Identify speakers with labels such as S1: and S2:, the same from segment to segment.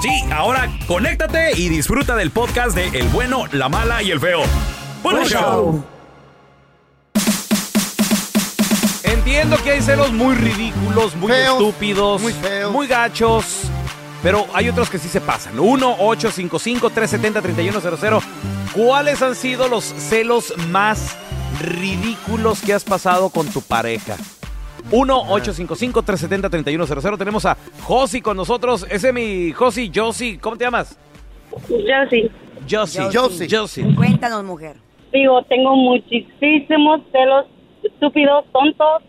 S1: Sí, ahora conéctate y disfruta del podcast de El bueno, la mala y el feo. ¡Buen show!
S2: Entiendo que hay celos muy ridículos, muy
S3: Feos,
S2: estúpidos,
S3: muy
S2: muy,
S3: feos.
S2: gachos, pero hay otros que sí se pasan. 1-855-370-3100. ¿Cuáles han sido los celos más ridículos que has pasado con tu pareja? 1-855-370-3100. Tenemos a Josi con nosotros. Ese es mi Josi, Josi. ¿Cómo te llamas?
S4: Yo sí.
S2: Josi.
S3: Josi.
S2: Josi.
S5: Cuéntanos, mujer.
S4: Digo, tengo muchísimos celos estúpidos, tontos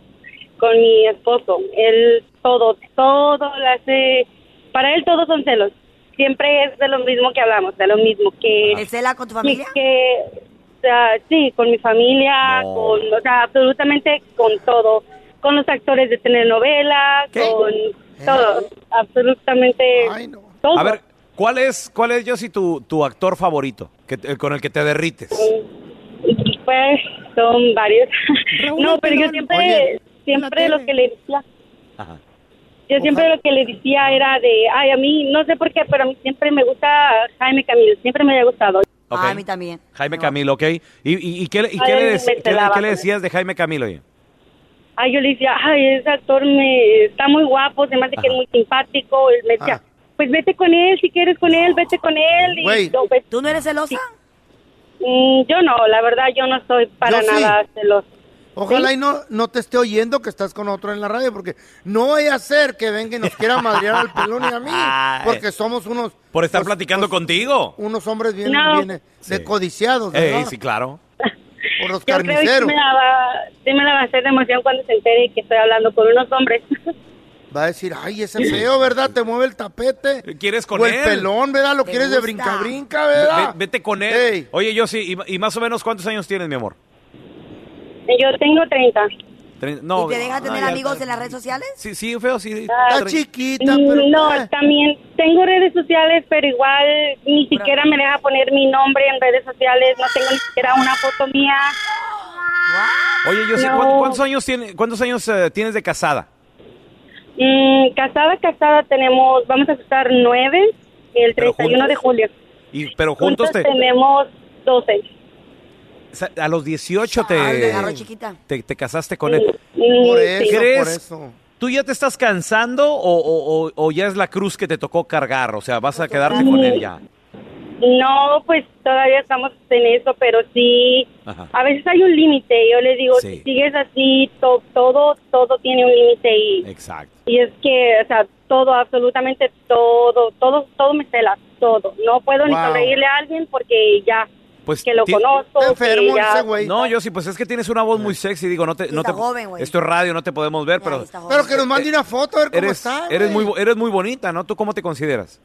S4: con mi esposo. Él todo, todo lo hace. Para él todos son celos. Siempre es de lo mismo que hablamos, de lo mismo que.
S5: ¿El cela con tu familia?
S4: que o sea, sí, con mi familia,
S2: No.
S4: con, o sea, absolutamente con todo. Con los actores de telenovelas,
S3: ¿Qué?
S4: con todo. Absolutamente
S3: Ay, no.
S4: todo.
S2: A ver, ¿cuál es, cuál es Josi, tu, tu actor favorito que, te- con el que te derrites?
S4: Pues son varios.
S3: Raúl
S4: no, pero yo
S3: Pelón. Oye,
S4: siempre, siempre
S3: en la
S4: lo que le decía,
S2: Ajá.
S4: yo siempre lo que le decía era de, ay, a mí, no sé por qué, pero a mí siempre me gusta Jaime Camilo, siempre me ha gustado.
S2: Ok.
S5: Ah, a mí también.
S2: Jaime
S5: No.
S2: Camilo, ¿ok? ¿Y, y, y qué, le- y
S4: Ay,
S2: qué le,
S4: me
S2: dec- qué le-
S4: celaba
S2: qué le
S4: con
S2: decías de Jaime Camilo? oye?
S4: Ay, yo le decía, ay, ese actor me está muy guapo, se me hace que es muy simpático, él me decía,
S3: Ah.
S4: pues vete con él, si quieres con él, vete con él. Y
S3: Güey.
S4: yo, pues,
S5: ¿Tú no eres celosa?
S4: mm, yo no, la verdad, yo no soy para
S3: Yo sí.
S4: nada celoso.
S3: Ojalá y no, no te esté oyendo que estás con otro en la radio, porque no vaya a ser que venga y nos quiera madrear al pelón y a
S2: Ay.
S3: mí, porque somos unos...
S2: Por estar
S3: pues,
S2: platicando
S3: pues,
S2: contigo.
S3: Unos hombres bien,
S4: No.
S3: bien, eh,
S2: Sí.
S3: decodiciados, ¿verdad?
S2: Ey, sí, claro.
S3: Por los
S4: Yo creo que sí
S3: carniceros.
S4: me, la va, sí me la va a hacer de emoción cuando se entere que estoy hablando con unos hombres.
S3: Va a decir, ay, ese feo, ¿verdad? Te mueve el tapete.
S2: ¿Quieres con
S3: O el
S2: él?
S3: pelón, ¿verdad? Lo
S5: ¿Te
S3: quieres de
S5: gusta?
S3: brinca-brinca,
S2: Ve-
S3: ¿verdad?
S2: vete con él.
S3: Ey,
S2: Oye, Josi, y, y más o menos cuántos años tienes, mi amor?
S4: Yo tengo 30.
S2: Tre-
S5: ¿Y te deja
S2: no,
S5: tener
S2: ya
S5: amigos
S2: está.
S5: en las redes sociales?
S2: Sí, sí, feo, sí.
S3: está
S2: Tre-
S3: chiquita, pero...
S4: Mm, No,
S3: eh,
S4: también tengo redes sociales, pero igual ni siquiera me deja poner mi nombre en redes sociales. No tengo ni siquiera una foto mía.
S2: Oye, Josi,
S4: No.
S2: ¿cuántos, cuántos años, tiene, cuántos años eh, tienes de casada?
S4: Mm, casada, casada tenemos, vamos a cruzar nueve el
S2: Pero
S4: 31 de
S2: juntos.
S4: julio.
S2: Y, pero juntos te,
S4: tenemos 12.
S2: sa- a los 18
S5: Te
S2: te,
S5: agarró chiquita.
S2: te, te casaste con él.
S4: Mm,
S3: Por
S4: sí.
S3: eso, por
S2: ¿Crees?
S3: eso.
S2: ¿Tú ya te estás cansando o, o- o- o ya es la cruz que te tocó cargar? O sea, vas
S4: Pues,
S2: a quedarte con él ya.
S4: No, pues todavía estamos en eso, pero sí,
S2: Ajá.
S4: a veces hay un límite. Yo le digo,
S2: Sí.
S4: si sigues así, to- todo, todo tiene un límite y,
S2: Exacto.
S4: y es que, o sea, todo, absolutamente todo, todo, todo me cela, todo. No puedo ni
S3: Wow.
S4: sonreírle a alguien porque ya,
S2: Pues
S4: que lo
S2: ti-
S4: conozco,
S3: Está
S4: que
S3: enfermo
S4: ya-
S3: ese güey.
S2: No, yo sí, pues es que tienes una voz muy sexy, digo, no te,
S5: Sí,
S2: no
S5: está
S2: te-
S5: joven, güey.
S2: esto es radio, no te podemos ver,
S5: Ya,
S2: pero
S5: está joven.
S3: Pero que nos mande una foto a ver cómo
S2: Eh, eres,
S3: está.
S2: eres muy,
S3: güey.
S2: bo- eres muy bonita, ¿no? ¿Tú cómo te consideras?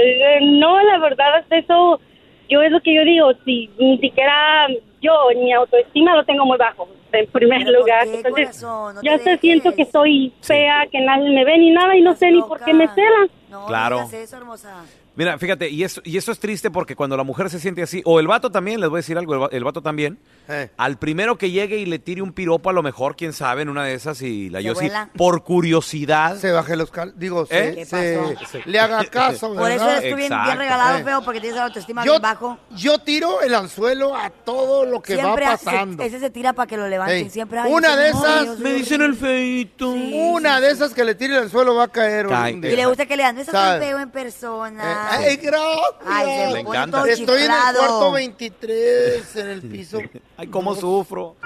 S4: eh, no, la verdad, hasta eso, yo es lo que yo digo, si ni siquiera yo, mi autoestima lo tengo muy bajo, en primer
S5: Pero ¿por
S4: lugar.
S5: qué,
S4: Entonces,
S5: corazón? No
S4: ya
S5: te
S4: hasta
S5: dejes.
S4: siento que soy
S2: Sí.
S4: fea, que nadie me ve ni nada y no sé ni por qué me celan.
S5: No,
S2: Claro.
S5: no digas eso, hermosa.
S2: Mira, fíjate, y eso, y eso es triste porque cuando la mujer se siente así, o el vato también, les voy a decir algo, el, va- el vato también,
S3: Eh.
S2: al primero que llegue y le tire un piropo, a lo mejor, quién sabe, en una de esas, y la
S5: Se
S2: yo sí,
S5: vuela.
S2: por curiosidad,
S3: Se baje los cal... Digo, se-
S2: ¿Eh?
S5: ¿Qué
S3: se-
S5: pasó?
S3: se- le haga caso,
S5: Por eso
S3: ¿verdad?
S5: eres tú bien,
S2: Exacto.
S5: bien regalado,
S3: Eh.
S5: feo, porque tienes la autoestima
S3: yo,
S5: bien bajo.
S3: yo tiro el anzuelo a todo lo que
S5: siempre
S3: va
S5: hace-
S3: pasando.
S5: ese se tira para que lo levanten.
S3: Ey,
S5: Siempre ay,
S3: una
S5: ese
S3: de
S5: no,
S3: esas
S5: Dios
S2: me
S5: mío.
S2: dicen el feito.
S3: Una de esas que le tire el anzuelo va a caer
S2: Cae.
S3: un día.
S5: Y le gusta que le dan, no tan
S3: ¿Sabe?
S5: feo en
S3: Eh,
S5: persona.
S3: ay, gracias.
S5: Ay,
S2: Le
S5: se pone
S2: encanta.
S5: todo
S3: Estoy en el
S5: chiflado.
S3: cuarto 23, en el piso.
S2: Ay, cómo sufro.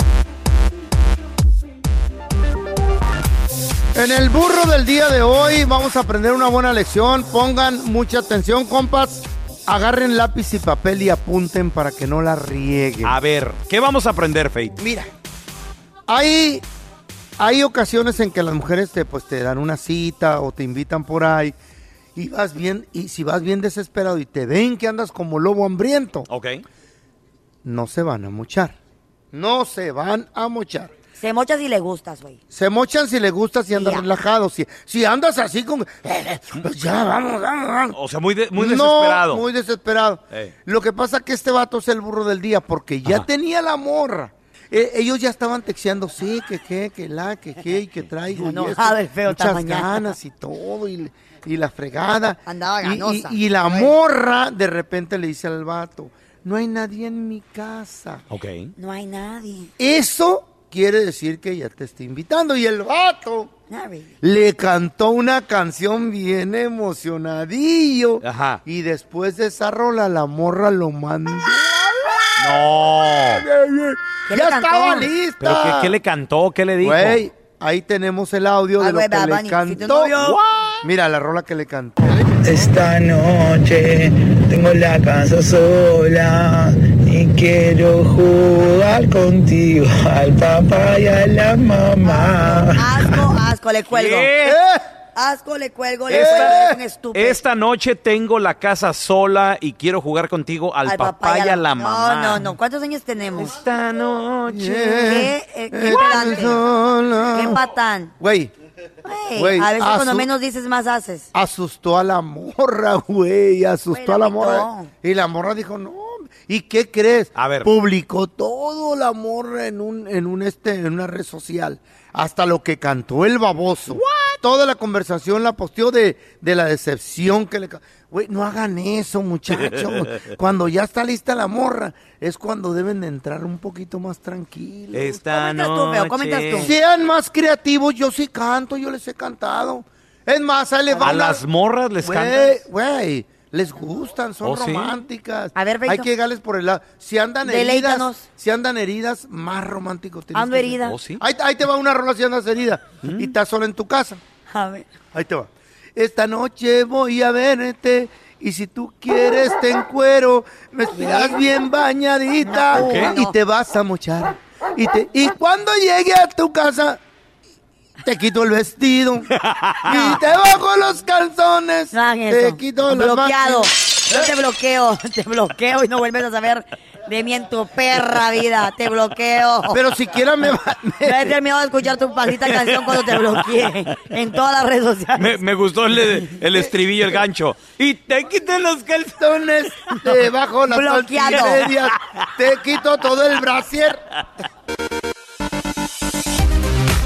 S3: En el burro del día de hoy vamos a aprender una buena lección. Pongan mucha atención, compas. Agarren lápiz y papel y apunten para que no la rieguen.
S2: A ver, ¿qué vamos a aprender, Feito?
S3: Mira, hay, hay ocasiones en que las mujeres te, pues, te dan una cita o te invitan por ahí y vas bien, y si vas bien desesperado y te ven que andas como lobo hambriento,
S2: Ok.
S3: no se van a mochar. No se van a mochar.
S5: Se mocha si le gustas, güey.
S3: Se mochan si le gusta, si andas
S5: Ya.
S3: relajado. Si, si andas así con... pues ya, vamos, vamos, vamos.
S2: O sea, muy, de- Oh, muy
S3: No,
S2: desesperado.
S3: muy desesperado.
S2: Ey.
S3: Lo que pasa que este vato es el burro del día porque ya
S2: Ajá.
S3: tenía la morra. Eh, ellos ya estaban texteando, sí, que qué, que la, que qué, y que traigo. y
S5: Enojado
S3: esto,
S5: el feo esta
S3: Muchas
S5: mañana.
S3: ganas y todo, y, y la fregada.
S5: Andaba
S3: Y- y-
S5: ganosa.
S3: Y, la
S5: Ey.
S3: morra de repente le dice al vato, no hay nadie en mi casa.
S2: Ok.
S5: No hay nadie.
S3: Eso quiere decir que ya te está invitando. Y el vato
S5: Nadie.
S3: le cantó una canción bien emocionadillo.
S2: Ajá.
S3: Y después de esa rola, la morra lo mandó.
S2: No.
S5: ¿Qué
S3: ya
S5: le cantó?
S3: estaba lista.
S2: ¿Pero qué, qué le cantó? ¿Qué le dijo?
S3: Güey, ahí tenemos el audio
S5: Ah,
S3: de lo
S5: güey,
S3: que
S5: Bad
S3: le
S5: Bunny, si tu
S3: cantó.
S5: novio-
S3: What? Mira la rola que le cantó.
S6: Esta noche tengo la casa sola y quiero jugar contigo al papá y a la mamá.
S5: Asco, asco, le cuelgo.
S2: Ah. ¿Qué?
S3: ¿Eh?
S5: Asco, le cuelgo, le cuelgo. Es un
S2: Esta,
S5: estúpido.
S2: esta noche tengo la casa sola y quiero jugar contigo al,
S5: Al
S2: papá, y a la mamá.
S5: No, no, no. ¿Cuántos años tenemos?
S2: Esta noche.
S5: ¿Qué? eh, ¿Qué pedante?
S2: Ah.
S5: ¿Qué patán?
S3: Güey,
S5: Güey,
S3: Güey,
S5: a veces
S3: a
S5: cuando
S3: su-
S5: menos dices, más haces.
S3: asustó a la morra, güey,
S5: Güey,
S3: asustó
S5: la
S3: a la
S5: pitó.
S3: morra. Y la morra dijo, no. ¿Y qué crees?
S2: A ver.
S3: Publicó todo la morra en un, en un este, en una red social. Hasta lo que cantó el baboso. Toda la conversación la posteó de, de la decepción que le ca- Güey, no hagan eso, muchachos. cuando ya está lista la morra, es cuando deben de entrar un poquito más tranquilos.
S2: Esta
S5: Comentas tú,
S2: noche.
S5: Beo, comentas tú.
S3: Sean más creativos, yo sí canto, yo les he cantado. Es más, ahí les va
S2: A
S3: una-
S2: las morras les
S3: Güey,
S2: cantas.
S3: güey, les gustan, son
S2: ¿Oh, sí?
S3: románticas.
S5: A ver, Beto.
S3: Hay que llegarles por el lado. Si andan
S5: Deleítanos.
S3: heridas, si andan heridas, más románticos tienes
S5: Ando
S3: que ser.
S5: herida.
S2: Oh, sí. Mm.
S3: Ahí, ahí te va una rola si andas herida y estás sola en tu casa.
S5: A ver.
S3: Ahí te va. Esta noche voy a verte y si tú quieres te encuero, me esperas bien bañadita
S5: No, ¿Qué?
S3: y te vas a mochar. Y, te, y cuando llegue a tu casa, te quito el vestido y te bajo los calzones.
S5: No hagan
S3: te
S5: eso.
S3: quito los
S5: Bloqueado.
S3: máquinas.
S5: Yo te bloqueo, te bloqueo y no vuelves a saber de mí en tu perra vida. Te bloqueo.
S3: Pero siquiera me, va-
S5: No he
S3: me-
S5: terminado de escuchar tu maldita canción cuando te bloqueé en todas las redes
S2: Me,
S5: sociales.
S2: me gustó el, el estribillo, el gancho. Y te quiten los calzones.
S3: calzones, te bajo las
S5: Bloqueado.
S3: medias, te quito todo el brasier.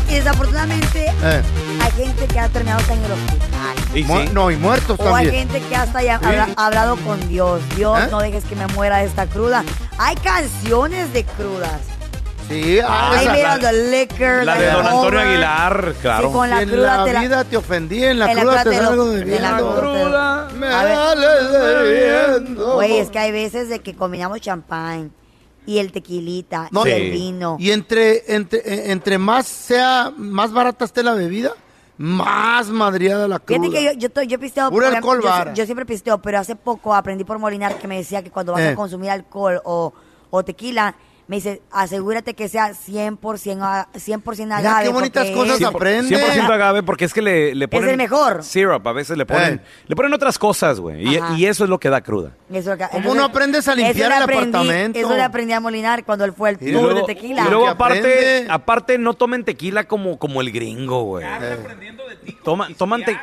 S5: Y desafortunadamente
S3: Eh,
S5: hay gente que ha terminado hasta en el hospital.
S2: Y
S3: mu-
S2: sí.
S3: No, y muertos
S5: O hay
S3: también.
S5: gente que hasta ya habla- ha hablado con Dios. Dios,
S3: ¿Eh?
S5: no dejes que me muera de esta cruda. Hay canciones de crudas.
S3: Sí, ah,
S5: Hay
S3: esa-
S5: Baby on the
S2: La
S5: Liquor. la
S2: de
S3: de
S2: don Antonio
S5: Over.
S2: Aguilar,
S5: Sí,
S2: claro.
S5: con la
S3: en
S5: cruda
S3: la
S5: te la-
S3: vida te ofendí, en la
S5: en la
S3: cruda
S5: cruda
S3: te
S5: te lo-
S3: salgo
S5: te la
S3: bebiendo.
S5: cruda.
S3: Me
S5: A ver.
S3: sales bebiendo.
S5: Güey, es que hay veces de que combinamos champán y el tequilita
S3: No,
S5: y
S2: sí.
S5: el vino.
S3: Y entre, entre, eh, entre más sea, más barata esté la bebida, más madriada la cruda.
S5: Fíjate que yo, yo, to- yo pisteo.
S3: Puro
S5: por ejemplo,
S3: alcohol
S5: yo,
S3: vara.
S5: yo siempre pisteo, pero hace poco aprendí por Molinar que me decía que cuando vas
S3: Eh.
S5: a consumir alcohol o, o tequila, me dice, asegúrate que sea 100%, a- 100
S3: Mira,
S5: agave.
S3: qué bonitas
S5: porque
S3: cosas
S5: es-
S3: aprendí. aprende.
S2: 100% agave porque es que le, le ponen...
S5: el mejor.
S2: Syrup, a veces le ponen...
S3: Eh.
S2: Le ponen otras cosas, güey. Y,
S5: Ajá.
S2: y eso es lo que da cruda.
S5: Eso acá-
S3: ¿Cómo no aprendes a
S5: eso
S3: limpiar
S5: le
S3: el
S5: aprendí-
S3: apartamento?
S5: Eso le aprendí a Molinar cuando él fue al tour
S2: Y luego,
S5: de tequila.
S2: y luego
S3: Lo que
S2: aparte,
S3: aprende.
S2: aparte no tomen tequila como, como el gringo, güey.
S3: Eh.
S2: Toma- toman, te-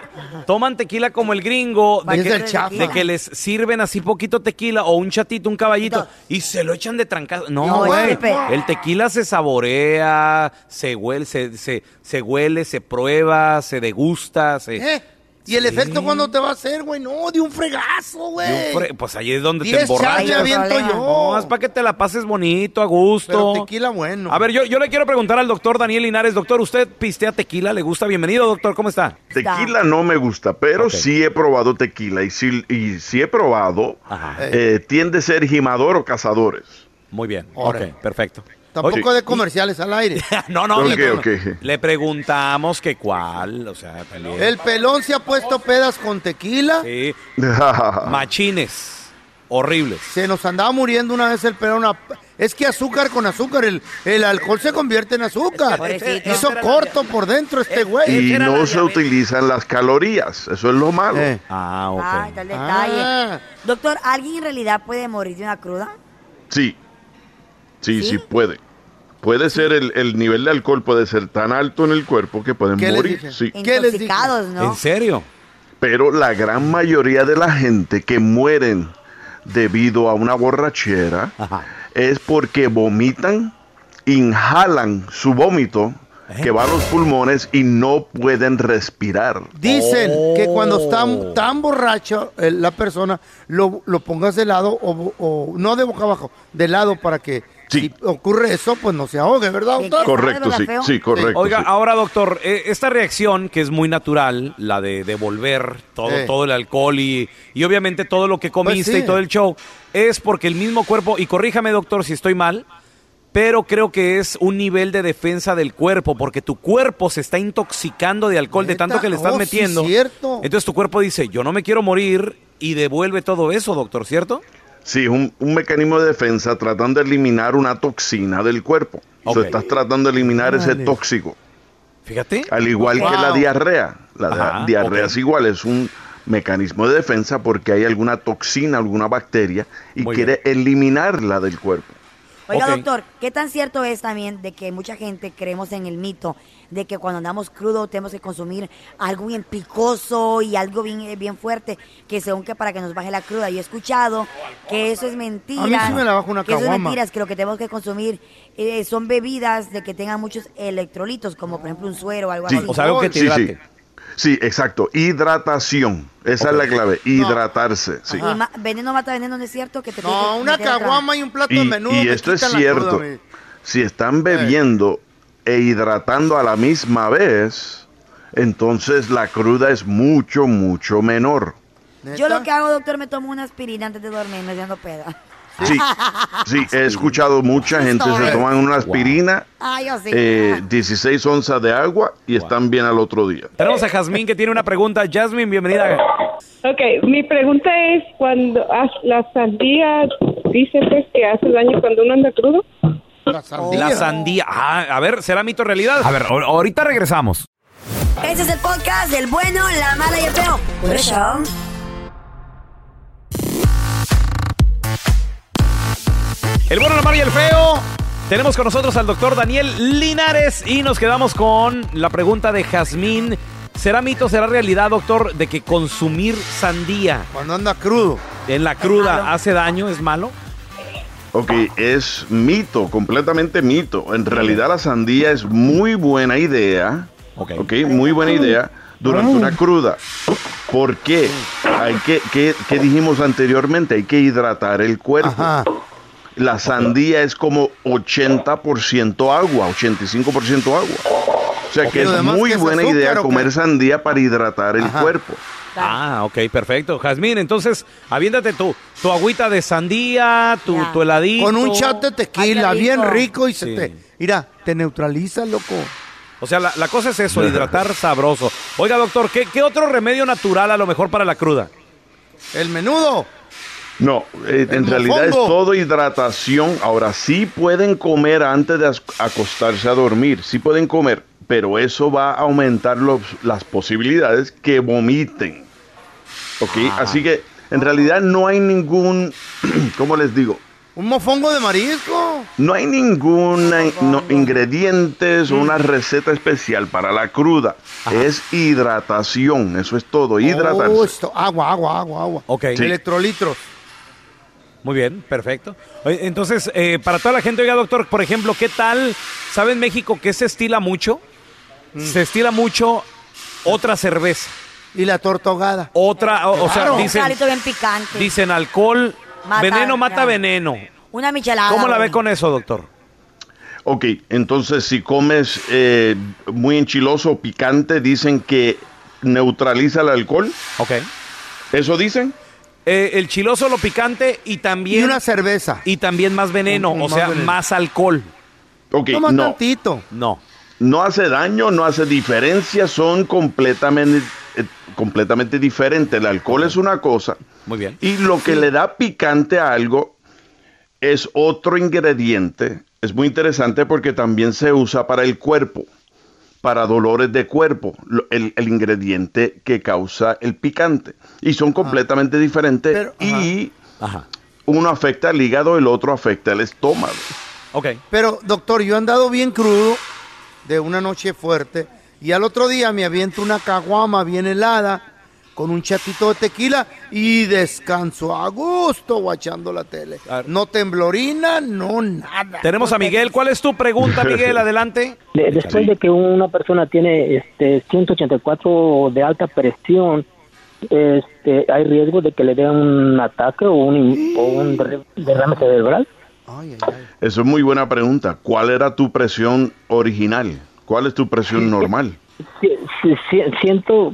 S2: toman tequila como el gringo, de
S3: Es
S2: que,
S3: del chafa.
S2: de que les sirven así poquito tequila o un chatito, un caballito,
S5: No.
S2: y se lo echan de trancazo.
S5: No,
S2: No,
S5: es
S2: güey.
S5: Pepe.
S3: ¿eh?
S2: el tequila se saborea, se huele, se, se, se huele, se prueba, se degusta, se.
S3: ¿Eh? ¿Y el
S2: Sí.
S3: efecto cuándo te va a hacer, güey? No, de un fregazo,
S2: Y un
S3: güey.
S2: fre- Pues ahí es donde te
S3: Diez chas
S2: emborrachas.
S3: me aviento
S5: problema.
S2: No,
S3: yo.
S2: es para que te la pases bonito, a gusto.
S3: Pero tequila bueno.
S2: A ver, yo, yo le quiero preguntar al doctor Daniel Linares. Doctor, ¿usted pistea tequila? ¿Le gusta? Bienvenido, doctor. ¿Cómo está?
S7: Tequila no me gusta, pero
S2: Ok.
S7: sí he probado tequila y si, y si he probado,
S2: Ajá.
S7: eh, tiende a ser gimador o cazadores.
S2: Muy bien.
S3: Órale.
S2: Ok, perfecto.
S3: Tampoco
S7: Oye,
S3: de comerciales al aire.
S2: no, no.
S7: Ok,
S2: le,
S7: ok.
S2: le preguntamos que cuál. O sea, también.
S3: El pelón se ha puesto pedas con tequila.
S2: Sí. Machines. Horribles.
S3: Se nos andaba muriendo una vez el pelón. a-
S8: Es que azúcar con azúcar, el, el alcohol se convierte en azúcar.
S5: Pobrecito.
S8: Hizo corto por dentro
S5: Eh,
S8: este güey.
S7: Y no se utilizan las calorías. Eso es lo malo.
S8: Eh.
S2: Ah, ok.
S5: Ah, está el detalle.
S8: Ah.
S5: Doctor, ¿alguien en realidad puede morir de una cruda?
S7: Sí. Sí,
S5: ¿Sí?
S7: sí, puede. Puede ser el, el nivel de alcohol puede ser tan alto en el cuerpo que pueden
S8: ¿Qué les
S7: morir,
S8: dije?
S7: sí.
S8: ¿Qué les digo?
S5: Intoxicados, ¿no?
S2: ¿En serio?
S7: Pero la gran mayoría de la gente que mueren debido a una borrachera
S2: Ajá.
S7: es porque vomitan, inhalan su vómito
S2: ¿Eh?
S7: que va a los pulmones y no pueden respirar.
S8: Dicen
S2: Oh.
S8: que cuando está tan borracho eh, la persona, lo, lo pongas de lado o, bo- o no de boca abajo, de lado para que
S7: Sí.
S8: si ocurre eso, pues no se ahogue, ¿verdad,
S5: Sí,
S8: doctor?
S5: claro.
S7: Correcto,
S5: ¿verdad,
S7: sí,
S5: feo?
S7: sí, correcto.
S2: Oiga,
S7: sí.
S2: ahora doctor, eh, esta reacción que es muy natural, la de devolver todo,
S8: Eh.
S2: todo el alcohol y, y obviamente todo lo que comiste
S8: Pues sí.
S2: y todo el show, es porque el mismo cuerpo, y corríjame doctor si estoy mal, pero creo que es un nivel de defensa del cuerpo, porque tu cuerpo se está intoxicando de alcohol, de
S8: ¿Neta?
S2: tanto que le estás
S8: Oh, sí,
S2: metiendo.
S8: cierto.
S2: Entonces tu cuerpo dice, yo no me quiero morir y devuelve todo eso, doctor, ¿cierto?
S7: Sí, es un, un mecanismo de defensa tratando de eliminar una toxina del cuerpo. O sea,
S2: Ok.
S7: estás tratando de eliminar ese
S8: Órale.
S7: tóxico.
S2: Fíjate.
S7: Al igual que la diarrea. La da-
S2: Ajá,
S7: diarrea
S2: ok.
S7: es igual, es un mecanismo de defensa porque hay alguna toxina, alguna bacteria y
S2: Muy
S7: quiere eliminarla del cuerpo.
S5: Oiga,
S2: Ok.
S5: doctor, ¿qué tan cierto es también de que mucha gente creemos en el mito de que cuando andamos crudo tenemos que consumir algo bien picoso y algo bien, eh, bien fuerte, que según que para que nos baje la cruda? Yo he escuchado que eso es mentira.
S8: A mí sí me la baja una
S5: que eso es
S8: caguama.
S5: mentira, es que lo que tenemos que consumir eh, son bebidas de que tengan muchos electrolitos, como por ejemplo un suero o algo
S7: Sí.
S5: así.
S2: O sea, algo que te
S7: Sí, sí.
S2: hidrate.
S7: Sí, exacto. Hidratación. Esa es la clave. Hidratarse. Sí.
S5: Y ma- veneno mata veneno, ¿no es cierto? Que te tienes
S8: No,
S5: que
S8: una
S5: meter otra-
S8: caguama y un plato de
S7: Y,
S8: menudo.
S7: y
S8: me
S7: esto es
S8: quitan la cruda,
S7: cierto.
S8: me-
S7: Si están bebiendo e hidratando a la misma vez, entonces la cruda es mucho, mucho menor.
S5: Yo lo
S8: ¿Neta?
S5: que hago, doctor, me tomo una aspirina antes de dormir, me siento peda.
S7: Sí, sí, he escuchado mucha gente se toman una aspirina,
S5: Ah, yo sí.
S7: eh, 16 onzas de agua y están bien al otro día.
S2: Tenemos a Jazmín que tiene una pregunta. Jazmín, bienvenida.
S4: Ok, mi pregunta es, cuando haz- la sandía dice pues que hace daño cuando uno anda crudo.
S8: La sandía.
S2: La sandía. Ah, a ver, ¿será mito o realidad?
S1: A ver, ahor- ahorita regresamos.
S5: Este es el podcast del bueno, la mala y el feo. Por eso.
S2: El bueno, la mala y el feo. Tenemos con nosotros al doctor Daniel Linares y nos quedamos con la pregunta de Jazmín. ¿Será mito, será realidad, doctor, de que consumir sandía
S8: Cuando anda crudo.
S2: en la cruda hace daño, es malo?
S7: Ok, es mito, completamente mito. En realidad la sandía es muy buena idea.
S2: Ok.
S7: Ok, muy buena idea durante una cruda. ¿Por qué? Hay que, ¿qué, qué dijimos anteriormente? Hay que hidratar el cuerpo.
S8: Ajá.
S7: La sandía es como 80% agua, 85% agua. O sea
S8: ¿Y
S7: que
S8: lo
S7: es
S8: demás
S7: muy
S8: que es
S7: buena
S8: azúcar o
S7: idea
S8: qué?
S7: comer sandía para hidratar el
S8: Ajá.
S7: cuerpo.
S2: Ah, ok, perfecto. Jazmín, entonces, aviéntate tú. Tu agüita de sandía, tu,
S5: Ya.
S2: tu heladito.
S8: Con un chat de tequila,
S5: Ay, qué
S8: bien
S5: rico.
S8: rico y se
S2: Sí.
S8: te... Mira, te neutraliza, loco.
S2: O sea, la, la cosa es eso, hidratar sabroso. Oiga, doctor, ¿qué, ¿qué otro remedio natural a lo mejor para la cruda?
S8: El menudo.
S7: No, eh, en
S8: El
S7: realidad es
S8: mofongo.
S7: todo hidratación. Ahora sí pueden comer antes de as- acostarse a dormir, sí pueden comer, pero eso va a aumentar los- las posibilidades que vomiten. ¿Ok? Así que en realidad no hay ningún, ¿cómo les digo?
S8: Un mofongo de marisco.
S7: No hay ningún ingredientes o
S8: Mm.
S7: una receta especial para la cruda. Es hidratación, eso es todo, hidratarse.
S8: Oh, esto- agua, agua, agua, agua.
S2: Ok. Sí.
S8: Electrolitros.
S2: Muy bien, perfecto. Oye, Entonces, eh, para toda la gente, oiga, doctor, por ejemplo, ¿qué tal? ¿Sabe en México que se estila mucho? Se estila mucho otra cerveza.
S8: Y la torta ahogada.
S2: Otra, o, o
S8: Claro.
S2: sea,
S5: un calito
S2: dicen,
S5: bien picante.
S2: dicen alcohol,
S5: Mata,
S2: veneno mata
S5: claro. Ah,
S2: veneno.
S5: Una michelada.
S2: ¿Cómo la
S5: güey.
S2: ve con eso, doctor?
S7: Ok, entonces si comes eh, muy enchiloso o picante, dicen que neutraliza el alcohol.
S2: Ok.
S7: ¿Eso dicen?
S2: Eh, el chiloso, lo picante y
S8: Y
S2: también,
S8: una cerveza.
S2: y también más veneno,
S8: Un- un
S2: o
S8: más
S2: sea,
S8: veneno.
S2: más alcohol.
S7: Ok,
S8: Toma
S7: no,
S8: tantito.
S2: No.
S7: no hace daño, no hace diferencia, son completamente, eh, completamente diferentes. El alcohol es una cosa
S2: Muy bien.
S7: y lo que le da picante a algo es otro ingrediente. Es muy interesante porque también se usa para el cuerpo, para dolores de cuerpo, lo- el, el ingrediente que causa el picante. Y son completamente diferentes
S3: Pero-
S7: y
S2: Ajá.
S7: uno afecta al hígado, el otro afecta al estómago.
S2: Ok.
S3: Pero, doctor, yo he andado bien crudo de una noche fuerte y al otro día me aviento una caguama bien helada con un chatito de tequila y descanso a gusto guachando la tele.
S2: A ver.
S3: No temblorina, no nada.
S2: Tenemos a Miguel. ¿Cuál es tu pregunta, Miguel? Adelante.
S9: De- después de que una persona tiene este 184 de alta presión, este, hay riesgo de que le dé un ataque o un, in- o un derr- derrame cerebral.
S3: Ay, ay, ay.
S7: Eso es muy buena pregunta. ¿Cuál era tu presión original? ¿Cuál es tu presión normal?
S9: Si- si- si- Ciento,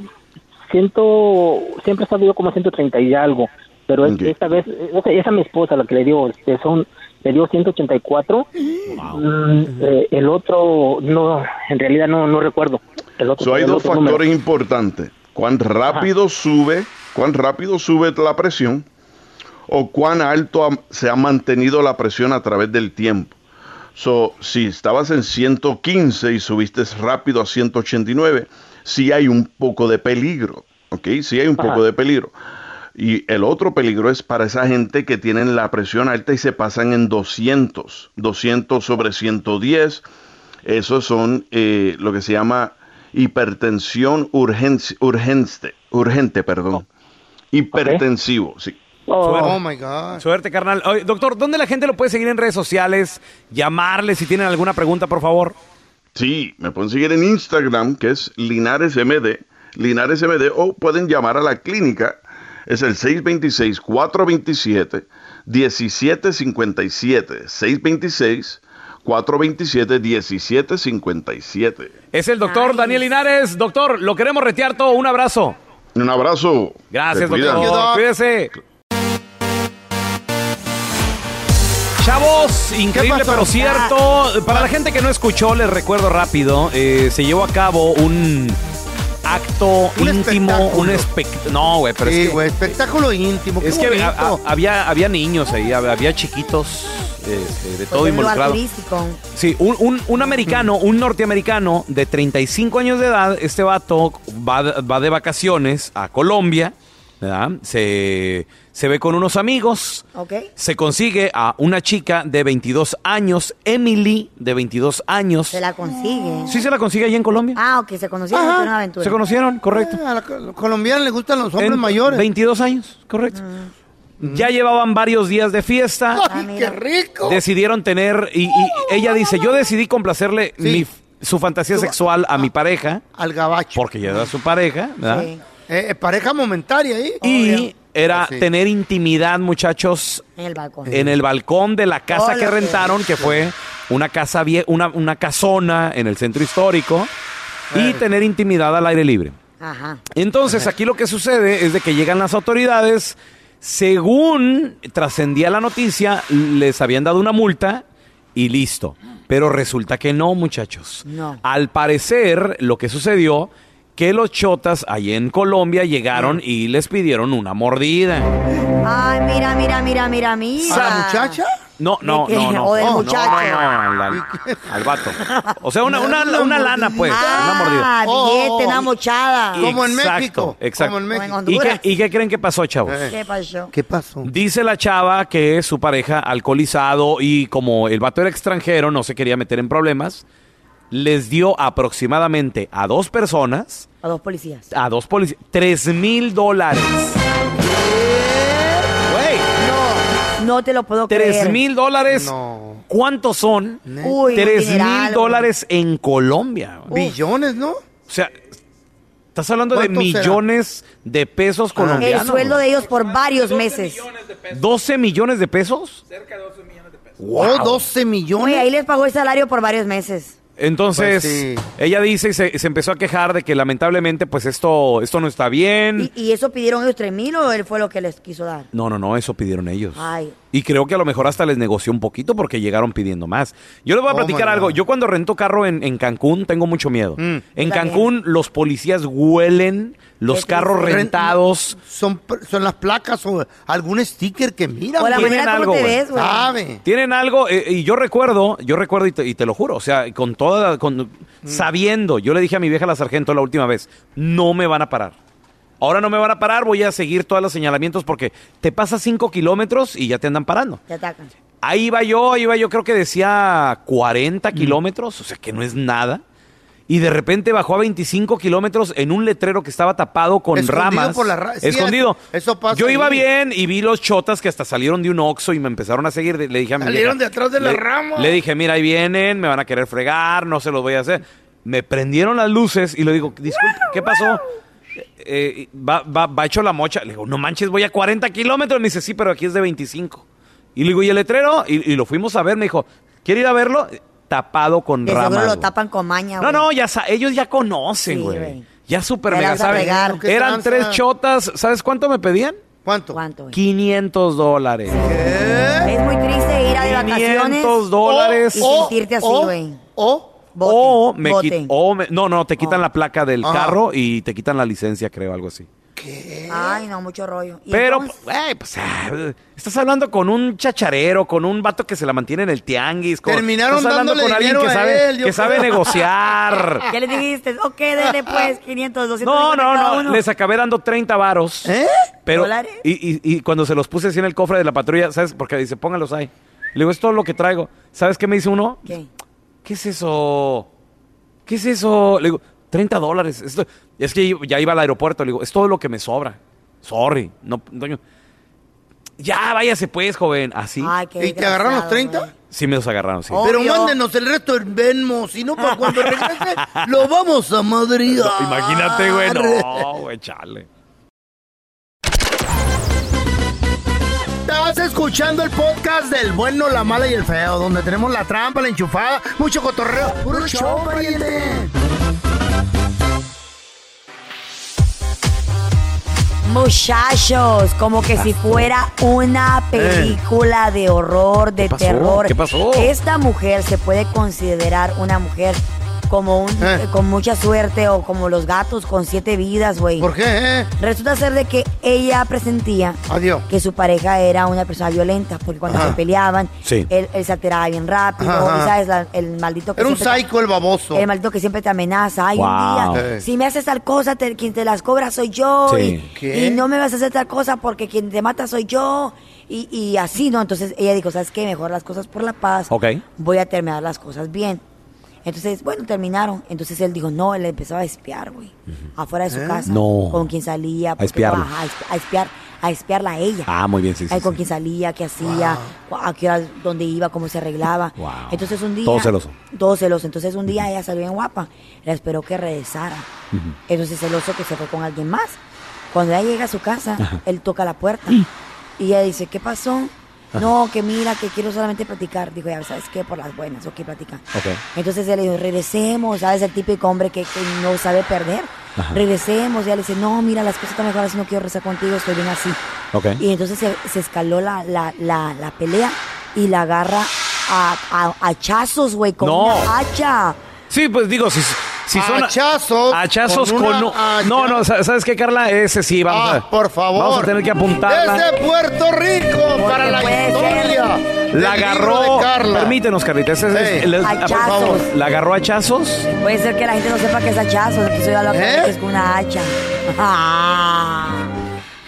S9: ciento, siempre he sabido como 130 y algo, pero es-
S7: Ok.
S9: esta vez, esa, esa mi esposa la que le dio, este, son, le dio 184. Mm, eh, el otro, no, en realidad no, no recuerdo. El otro,
S7: So, hay
S9: el
S7: dos
S9: otro número.
S7: factores importantes. Cuán rápido sube, cuán rápido sube la presión o cuán alto ha- se ha mantenido la presión a través del tiempo. So, si estabas en 115 y subiste rápido a 189, sí hay un poco de peligro, ¿ok? Sí hay un
S9: Ajá.
S7: poco de peligro. Y el otro peligro es para esa gente que tienen la presión alta y se pasan en 200, 200 sobre 110. Esos son eh, lo que se llama hipertensión urgenci- urgente, urgente, perdón. Hipertensivo, sí.
S9: Oh,
S2: Suerte.
S3: Oh, my God.
S2: Suerte, carnal. Oye, doctor, ¿dónde la gente lo puede seguir en redes sociales? Llamarle si tienen alguna pregunta, por favor.
S7: Sí, me pueden seguir en Instagram, que es LinaresMD, LinaresMD, o pueden llamar a la clínica, es el 626-427-1757, 626-427-1757.
S2: Es el doctor
S5: Ay.
S2: Daniel Linares. Doctor, lo queremos retear todo. Un abrazo.
S7: Un abrazo.
S2: Gracias,
S7: Te cuidas.
S3: Thank you,
S2: doctor.
S3: doc.
S2: Cuídese. Chavos, increíble
S3: pasó? Ah.
S2: pero cierto. Para la gente que no escuchó, les recuerdo rápido, eh, se llevó a cabo un acto
S3: Un
S2: íntimo, un
S3: espectáculo.
S2: espectáculo. No, güey, pero
S3: Sí,
S2: es que,
S3: güey, espectáculo íntimo.
S2: es
S3: qué
S2: que a-
S3: bonito.
S2: a- había, había niños ahí, hab- había chiquitos este, de todo
S5: Todo un lugar
S2: involucrado.
S5: turístico.
S2: Sí, un, un- un americano, un norteamericano de 35 años de edad, este vato va, de- va de vacaciones a Colombia, ¿verdad? Se, se ve con unos amigos,
S5: ¿Ok?
S2: se consigue a una chica de 22 años, Emily, de 22 años.
S5: Se la consigue.
S2: Mm. ¿Sí se la consigue ahí en Colombia?
S5: Ah, ok, se conocieron,
S3: Ajá,
S5: fue una aventura.
S2: ¿Se conocieron? Correcto.
S3: Eh, a la co- colombiana le gustan los hombres
S2: En
S3: mayores.
S2: 22 años, correcto. Ya llevaban varios días de fiesta.
S5: Ah,
S3: Ay, qué
S5: mira.
S3: rico.
S2: decidieron tener y, y ella dice yo decidí complacerle
S3: Sí.
S2: mi, su fantasía
S3: Su-
S2: sexual a mi pareja
S3: Al gabacho.
S2: porque ya era su pareja ¿verdad?
S5: Sí.
S3: Eh, eh, pareja momentaria ahí.
S2: y era
S3: Sí.
S2: tener intimidad muchachos
S5: En el balcón.
S2: en el balcón de la casa
S5: Hola,
S2: que
S5: qué
S2: rentaron que fue una casa vie una una casona en el centro histórico y tener intimidad al aire libre
S5: Ajá.
S2: entonces, aquí lo que sucede es de que llegan las autoridades. Según trascendía la noticia, les habían dado una multa y listo. Pero resulta que no, muchachos.
S5: No.
S2: Al parecer, lo que sucedió, que los chotas ahí en Colombia llegaron y les pidieron una mordida.
S5: Ay, mira, mira, mira, mira,
S3: ¿A
S5: mira.
S3: la muchacha?
S2: No, no,
S5: ¿De qué?
S2: no, no.
S5: O del
S2: No, no,
S5: muchacho.
S2: no, no, no, al, al vato. O sea, una, una, una lana, pues. Una mordida.
S5: Ah, billete, una
S3: Oh.
S5: mochada.
S3: Y- Como en
S2: Exacto,
S3: México,
S2: Exacto.
S3: como en México.
S5: O en
S2: ¿Y qué,
S5: Honduras.
S2: ¿Y qué creen que pasó, chavos?
S3: Eh.
S5: ¿Qué pasó?
S3: ¿Qué pasó?
S2: Dice la chava que su pareja alcoholizado y como el vato era extranjero, no se quería meter en problemas, les dio aproximadamente a dos personas,
S5: A dos policías.
S2: a dos policías, tres mil dólares. Güey,
S5: No te lo puedo creer.
S2: tres mil dólares.
S3: No.
S2: ¿Cuántos son?
S5: Uy, un
S2: Tres
S5: dineral,
S2: mil
S5: güey.
S2: dólares en Colombia. güey.
S3: Billones, ¿no?
S2: O sea, estás hablando de
S3: ¿Cuánto será? Ah.
S2: millones de pesos colombianos.
S5: El sueldo de ellos por varios meses.
S2: 12 millones de pesos.
S3: Oh, 12
S5: Oye,
S3: millones.
S5: ahí les pagó el salario por varios meses.
S2: Entonces,
S3: Pues sí.
S2: ella dice y se, se empezó a quejar de que lamentablemente, pues esto, esto no está bien.
S5: ¿Y, y eso pidieron ellos tres mil o él fue lo que les quiso dar?
S2: No, no, no, eso pidieron ellos.
S5: Ay,
S2: Y creo que a lo mejor hasta les negoció un poquito porque llegaron pidiendo más. Yo les voy a
S3: Oh,
S2: platicar
S3: my
S2: algo.
S3: God.
S2: Yo cuando rento carro en, en Cancún tengo mucho miedo. En
S5: Mm. Yo también.
S2: Cancún los policías huelen los
S5: Qué
S2: carros
S5: triste.
S2: rentados.
S3: Son, pr- son las placas o algún sticker que mira,
S5: O la
S2: tienen
S3: güey.
S5: manera
S2: algo,
S5: como te
S2: güey.
S5: ves, güey.
S3: Sabe.
S2: Tienen algo, eh, y yo recuerdo, yo recuerdo y te, y te lo juro, o sea, con toda, con, sabiendo, yo le dije a mi vieja la sargento la última vez, no me van a parar. Ahora no me van a parar, voy a seguir todos los señalamientos porque te pasas cinco kilómetros y ya te andan parando.
S5: Te atacan.
S2: Ahí iba yo, ahí iba yo, creo que decía
S3: Mm.
S2: 40 kilómetros, o sea que no es nada. Y de repente bajó a 25 kilómetros en un letrero que estaba tapado con
S3: Escondido
S2: ramas.
S3: por la ra- sí,
S2: escondido.
S3: eso pasa
S2: Yo iba
S3: ahí.
S2: bien y vi los chotas que hasta salieron de un oxo y me empezaron a seguir. Le dije a mi
S3: Salieron
S2: vieja,
S3: de atrás de las
S2: le-
S3: ramas.
S2: Le dije, mira, ahí vienen, me van a querer fregar, no se los voy a hacer. Me prendieron las luces y le digo, disculpe, ¿qué pasó? Eh, eh, va, va, va hecho la mocha. Le digo, no manches, voy a 40 kilómetros. Me dice, sí, pero aquí es de 25. Y le digo, ¿y el letrero? Y, y lo fuimos a ver. Me dijo, ¿quiere ir a verlo? Tapado con
S5: De
S2: ramas.
S5: seguro lo
S2: güey.
S5: tapan con maña,
S2: No,
S5: güey.
S2: no, ya sa- ellos ya conocen,
S5: Sí,
S2: güey.
S5: güey.
S2: ya super
S5: Ya
S2: mega
S5: las va a
S2: saben.
S5: pegar.
S3: ¿Qué
S2: Eran
S3: tranza?
S2: tres chotas. ¿Sabes cuánto me pedían?
S3: ¿Cuánto?
S5: ¿Cuánto, güey?
S2: 500 dólares.
S5: Es muy triste ir a de vacaciones.
S2: 500 dólares.
S5: Y
S3: O-
S5: sentirte así,
S3: o-
S5: güey.
S3: O,
S5: Bote,
S2: o me
S5: bote.
S2: quit- o me- no, no, te quitan
S5: Oh.
S2: la placa del
S3: Ajá.
S2: carro y te quitan la licencia, creo, algo así.
S5: Ay, no, mucho rollo. ¿Y
S2: Pero,
S5: entonces?
S2: güey, pues, ah, estás hablando con un chacharero, con un vato que se la mantiene en el tianguis. Con,
S3: Terminaron
S2: estás hablando
S3: dándole
S2: con alguien
S3: dinero
S2: que
S3: a
S2: sabe,
S3: él, yo
S2: que sabe
S3: creo.
S2: negociar.
S5: Ya les dijiste, ok, dele pues 500, 200.
S2: No, no,
S5: cada
S2: no,
S5: uno.
S2: les acabé dando 30 varos.
S3: ¿Eh?
S2: Pero,
S5: ¿Dólares?
S2: y, y- y cuando se los puse así en el cofre de la patrulla, ¿sabes? Porque dice, póngalos ahí. Le digo, es todo lo que traigo. ¿Sabes qué me dice uno?
S5: ¿Qué?
S2: ¿Qué es eso? ¿Qué es eso? Le digo, 30 dólares. Esto- es que ya iba al aeropuerto. Le digo, es todo lo que me sobra. Sorry. No, no- ya, váyase pues, joven. Así.
S5: Ay, qué
S3: ¿Y te agarraron los
S5: desgraciado,
S3: 30?
S5: güey.
S2: Sí me los agarraron, sí.
S5: Oh.
S3: Pero
S5: Obvio.
S3: mándenos el resto en Venmo, si no, para cuando regrese, lo vamos a Madrid.
S2: Imagínate, güey. No, güey, chale.
S3: Estás escuchando el podcast del bueno, la mala y el feo, donde tenemos la trampa, la enchufada, mucho cotorreo. ¡Puro show, pariente!
S5: Muchachos, como que si fuera una
S3: Eh.
S5: película de horror, de
S2: ¿Qué pasó?
S5: terror.
S2: ¿Qué pasó?
S5: Esta mujer se puede considerar una mujer como un,
S3: Eh.
S5: con mucha suerte o como los gatos con siete vidas, güey.
S3: ¿Por qué, eh?
S5: Resulta ser de que ella presentía
S3: Adiós.
S5: que su pareja era una persona violenta, porque cuando
S3: Ajá.
S5: se peleaban,
S2: Sí.
S5: él, él se alteraba bien rápido,
S3: Ajá, ajá.
S5: y sabes, la- el maldito que
S3: Era un
S5: siempre-
S3: psycho el baboso.
S5: el Eh, maldito que siempre te amenaza. Ay,
S2: Wow.
S5: un día,
S3: Eh.
S5: si me haces tal cosa, te- quien te las cobra soy yo.
S2: Sí.
S5: Y,
S3: ¿Qué?
S5: y no me vas a hacer tal cosa porque quien te mata soy yo. Y, y así, ¿no? Entonces ella dijo, ¿sabes qué? Mejor las cosas por la paz.
S2: Ok.
S5: Voy a terminar las cosas bien. Entonces, bueno, terminaron. Entonces él dijo, no, él empezaba a espiar, güey. Afuera de su casa.
S2: ¿Eh? No.
S5: Con quien salía. porque-
S2: espiarlo.
S5: Ajá, A, esp- a espiar, a espiarla a ella.
S2: Ah, muy bien, sí, sí,
S5: Ay, con
S2: sí.
S5: quien salía, qué hacía, cu- a qué hora, dónde iba, cómo se arreglaba.
S2: Wow.
S5: Entonces un día...
S2: Todo celoso.
S5: Todo celoso. Entonces un día ella salió en guapa. La esperó que regresara. Entonces celoso que se fue con alguien más. Cuando ella llega a su casa, él toca la puerta.
S2: Mm.
S5: Y ella dice, ¿qué pasó? No, que mira, que quiero solamente platicar. Dijo, ya sabes qué, por las buenas, ok, platicar.
S2: Ok.
S5: Entonces él le dijo, regresemos, ¿sabes? El típico hombre que, que no sabe perder. Regresemos. Y ella le dice, no, mira, las cosas están mejor así, no quiero rezar contigo, estoy bien así.
S2: Ok.
S5: Y entonces se, se escaló la, la, la, la pelea y la agarra a, a- a hachazos, güey, con
S2: No.
S5: una hacha.
S2: Sí, pues digo, si, si son
S3: Hachazos
S2: Hachazos
S3: con
S2: con.
S3: una hacha.
S2: No, no, sa- ¿sabes qué, Carla? Ese sí, vamos
S3: ah,
S2: a.
S3: por favor.
S2: Vamos a tener que apuntarla.
S3: Desde Puerto Rico para la
S5: puede
S3: historia. del
S2: La
S3: libro
S2: agarró.
S3: de Carla.
S2: Permítenos, Carlita. ese es-
S3: Ey,
S2: el- el-
S5: hachazos.
S2: por favor. La agarró a hachazos.
S5: Puede ser que la gente no sepa que es hachazo, entonces yo lo
S3: ¿Eh?
S5: que es con una hacha.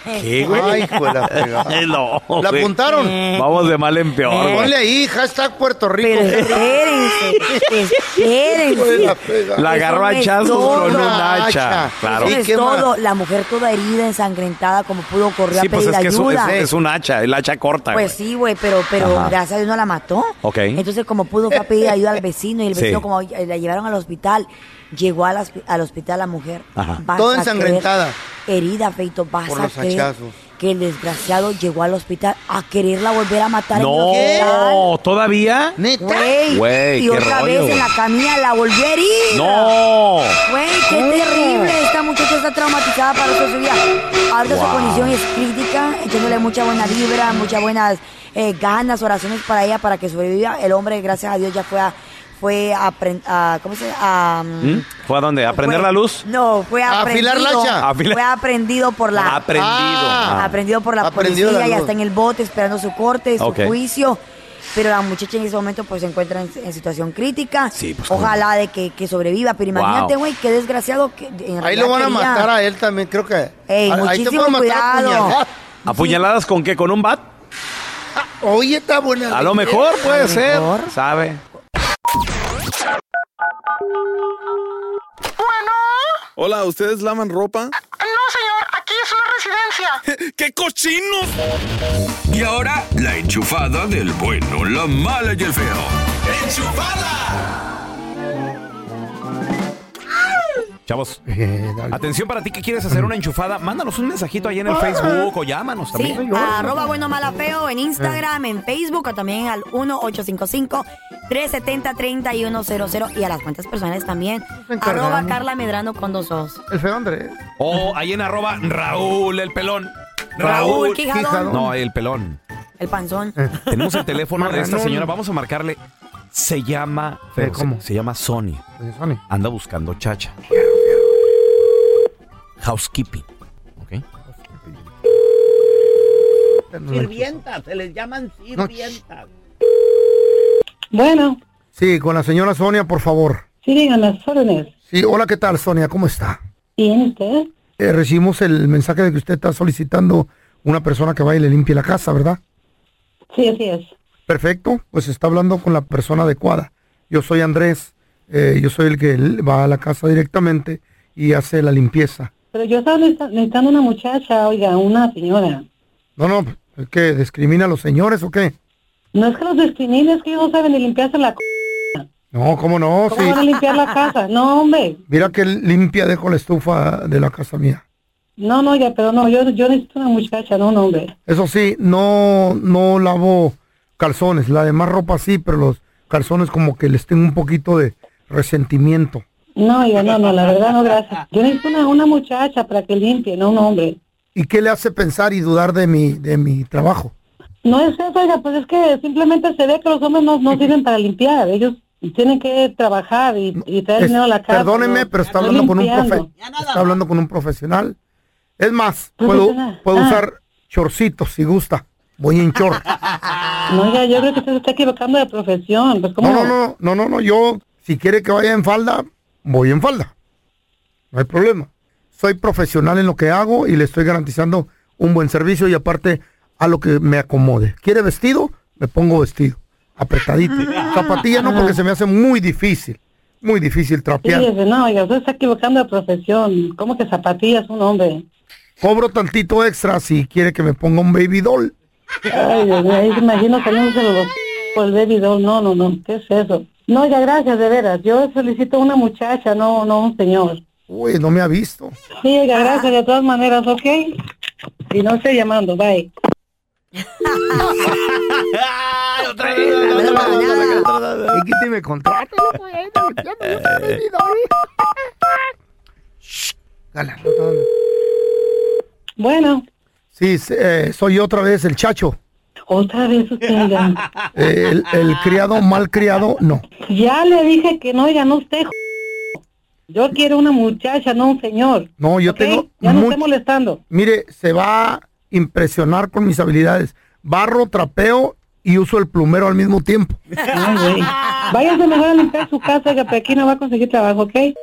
S2: ¿Qué,
S3: Ay, hijo de la fregada.
S2: No,
S3: ¿La
S2: güey.
S3: apuntaron?
S5: Eh.
S2: Vamos de mal en peor, güey.
S3: Ponle ahí, hashtag Puerto Rico.
S5: Pero espérense,
S3: Hijo de la
S5: espérense.
S3: fregada.
S2: La agarró a
S5: Eso no es
S2: hachazos
S5: todo.
S2: con
S3: Una
S2: una hacha.
S3: hacha.
S2: Claro.
S5: Eso
S3: ¿Y
S5: es
S3: qué más?
S5: todo. La mujer toda herida, ensangrentada, como pudo, corrió
S2: Sí,
S5: a
S2: pues
S5: pedir
S2: es que es, un-
S5: ayuda.
S2: es- es un hacha, el hacha corta.
S5: Pues
S2: güey.
S5: sí, güey, pero, pero
S2: Ajá.
S5: gracias a Dios no la mató.
S2: Ok.
S5: Entonces, como pudo, fue a pedir ayuda al vecino y el
S2: Sí.
S5: vecino, como eh, la llevaron al hospital, llegó al, hosp- al hospital la mujer.
S2: Ajá.
S5: Vas
S3: Toda
S5: a creer,
S3: ensangrentada.
S5: Herida, feito, vas
S3: Por
S5: a
S3: los
S5: creer
S3: hachazos.
S5: que el desgraciado llegó al hospital a quererla volver a matar.
S2: No,
S5: en el hospital.
S2: ¿todavía?
S3: Neta.
S5: Güey,
S2: Güey,
S5: y
S2: qué
S5: otra
S2: rollo,
S5: vez
S2: güey.
S5: en la camilla la volvió a herir.
S2: No.
S5: Güey, qué terrible. Esta muchacha está traumatizada para toda su vida. Ahorita su condición es crítica, echándole mucha buena vibra, muchas buenas eh, ganas, oraciones para ella, para que sobreviva. El hombre, gracias a Dios, ya fue a, fue a, apren- a- ¿cómo se dice? A, mm,
S10: ¿Mm? ¿Fue a dónde? ¿A prender
S5: fue-
S10: la luz?
S5: No, fue
S11: ¿A
S5: aprendido.
S11: afilar la hacha?
S10: Afila-
S5: Fue aprendido por la...
S10: Aprendido.
S11: Ah,
S10: Ah.
S5: aprendido por la
S11: Aprendido
S5: policía,
S11: la
S5: ya
S11: luz.
S5: está en el bote esperando su corte, su
S10: Ok.
S5: juicio. Pero la muchacha en ese momento pues se encuentra en, en situación crítica.
S10: Sí, pues, ¿cómo?
S5: Ojalá de que, que sobreviva. Pero imagínate,
S10: Wow.
S5: güey, qué desgraciado. Que, en
S11: Ahí lo van a
S5: realidad
S11: matar a él también, creo que.
S5: Ey,
S11: a- ahí
S5: muchísimo
S11: pueden a
S5: cuidado.
S11: puñaladas.
S10: ¿Apuñaladas con qué? ¿Con un bat?
S11: Oye, está buena.
S10: A lo mejor puede ser. ¿Sabe?
S12: Hola, ¿ustedes lavan ropa?
S2: ¡Qué cochinos!
S13: Y ahora, la enchufada del bueno, la mala y el feo.
S2: Chavos, atención para ti que quieres hacer una enchufada. Mándanos un mensajito ahí en el Facebook o llámanos
S5: Sí,
S2: también.
S5: arroba bueno mala feo en Instagram, en Facebook o también al 1855-370-3100 y a las cuentas personales también.
S11: encargamos.
S5: Arroba Carla Medrano con dos ojos.
S11: El feo Andrés.
S2: O ahí en arroba Raúl, el pelón.
S5: Raúl,
S2: Raúl.
S5: Quijadón,
S11: Quijadón.
S2: No, el pelón.
S5: el panzón.
S2: Tenemos el teléfono de esta
S11: Marranón.
S2: señora. Vamos a marcarle. Se llama.
S11: Eh,
S2: Feo, se-
S11: ¿cómo?
S2: Se, llama Sonia.
S11: Oye, Sony.
S2: Anda buscando chacha. Housekeeping. ¿ok?
S3: Sirvientas, se les llaman sirvientas.
S6: Bueno,
S11: Sí, con la señora Sonia, por favor.
S6: sí, digan las órdenes.
S11: Sí, hola, ¿qué tal, Sonia? ¿Cómo está?
S6: ¿Tiene usted?
S11: Eh, recibimos el mensaje de que usted está solicitando una persona que vaya y le limpie la casa, ¿verdad?
S6: Sí, así es.
S11: Perfecto, pues está hablando con la persona adecuada. Yo soy Andrés, eh, yo soy el que l- va a la casa directamente y hace la limpieza.
S6: Pero yo estaba necesita- necesitando una muchacha, oiga, una señora.
S11: No, no, ¿es que discrimina a los señores o qué?
S6: No es que los discrimine, es que ellos no saben ni limpiarse la c...
S11: No, cómo no,
S6: ¿Cómo van a
S11: sí.
S6: limpiar la casa? No, hombre.
S11: Mira que limpia dejo la estufa de la casa mía.
S6: No, no, ya, pero no, yo, yo necesito una muchacha, no un hombre.
S11: Eso sí, no, no lavo calzones, la demás ropa sí, pero los calzones como que les tengo un poquito de resentimiento.
S6: No, oiga, no, no, la verdad no, gracias. Yo necesito una, una muchacha para que limpie, no un hombre.
S11: ¿Y qué le hace pensar y dudar de mi, de mi trabajo?
S6: No es eso, oiga, pues es que simplemente se ve que los hombres no, no sirven para limpiar. Ellos tienen que trabajar y, y traer
S11: Es-
S6: dinero a la casa.
S11: Perdóneme,
S6: ¿no?
S11: pero está
S6: No
S11: hablando con un
S6: limpiando.
S11: profe-
S3: Ya nada
S11: está hablando con un profesional. Es más, puedo,
S6: Profesional.
S11: puedo
S6: Ah.
S11: usar chorcitos si gusta. Voy en short.
S6: No, oiga, yo creo que usted se está equivocando de profesión. Pues, ¿cómo?
S11: No, no, no, no, no, no. Yo, si quiere que vaya en falda, voy en falda. No hay problema. Soy profesional en lo que hago y le estoy garantizando un buen servicio y aparte a lo que me acomode. ¿Quiere vestido? Me pongo vestido. Apretadito. Zapatilla no, porque se me hace muy difícil. Muy difícil
S6: Sí,
S11: trapear.
S6: dice, no, oiga, usted está equivocando de profesión. ¿Cómo que zapatillas un hombre?
S11: Cobro tantito extra si quiere que me ponga un baby doll.
S6: Ay, Dios mío, ahí se imagino saliéndose los, por el baby doll. No, no, no, ¿qué es eso? No, ya gracias, de veras. Yo solicito una muchacha, no, no un señor.
S11: Uy, no me ha visto.
S6: Sí, oiga, gracias de todas maneras, ¿ok? Y no estoy llamando, bye.
S5: Hablando para nada.
S11: Y quíteme contrato, loco, ya no me entiendo, yo soy baby doll. Shh, dale, no te hables.
S6: Bueno,
S11: Sí, s- eh, soy otra vez el chacho.
S6: otra vez usted, oiga.
S11: Eh, el, el criado, mal criado, no.
S6: Ya le dije que no, oiga, no usted, Yo quiero una muchacha, no un señor.
S11: No, yo
S6: ¿ok?
S11: tengo
S6: Ya no
S11: mucho-
S6: esté molestando.
S11: Mire, se va a impresionar con mis habilidades. Barro, trapeo y uso el plumero al mismo tiempo.
S6: Ay, güey. Váyanse mejor a limpiar su casa, oiga, pero aquí no va a conseguir trabajo, ¿ok?
S11: ¡El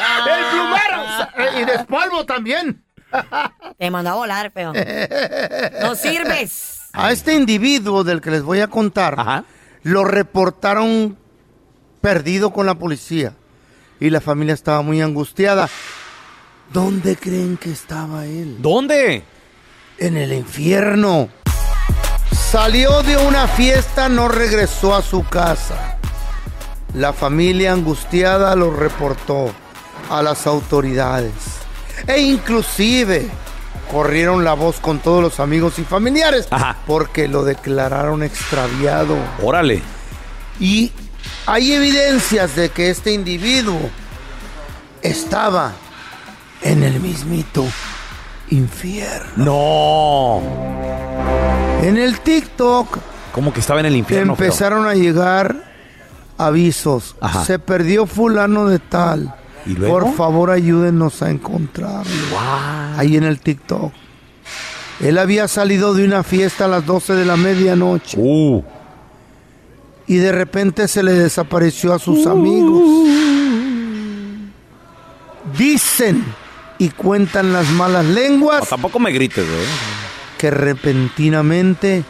S6: Ah.
S11: plumero! Y despalvo también.
S5: Te mandó a volar, feo. No sirves.
S11: A este individuo del que les voy a contar,
S10: Ajá.
S11: lo reportaron perdido con la policía. Y la familia estaba muy angustiada. ¿Dónde creen que estaba él?
S10: ¿Dónde?
S11: en el infierno. Salió de una fiesta, no regresó a su casa. La familia angustiada lo reportó a las autoridades. E inclusive corrieron la voz con todos los amigos y familiares
S10: Ajá.
S11: porque lo declararon extraviado.
S10: Órale.
S11: Y hay evidencias de que este individuo estaba en el mismito infierno.
S10: No.
S3: En el TikTok
S2: Como que estaba en el infierno. feo?
S3: empezaron a llegar avisos.
S2: Ajá.
S3: Se perdió fulano de tal.
S2: ¿Y luego?
S3: Por favor, ayúdenos a encontrarlo. Ahí en el TikTok. Él había salido de una fiesta a las 12 de la medianoche.
S2: Uh,
S3: Y de repente se le desapareció a sus amigos. Dicen y cuentan las malas lenguas
S2: No, tampoco me grites, ¿eh? güey.
S3: que repentinamente,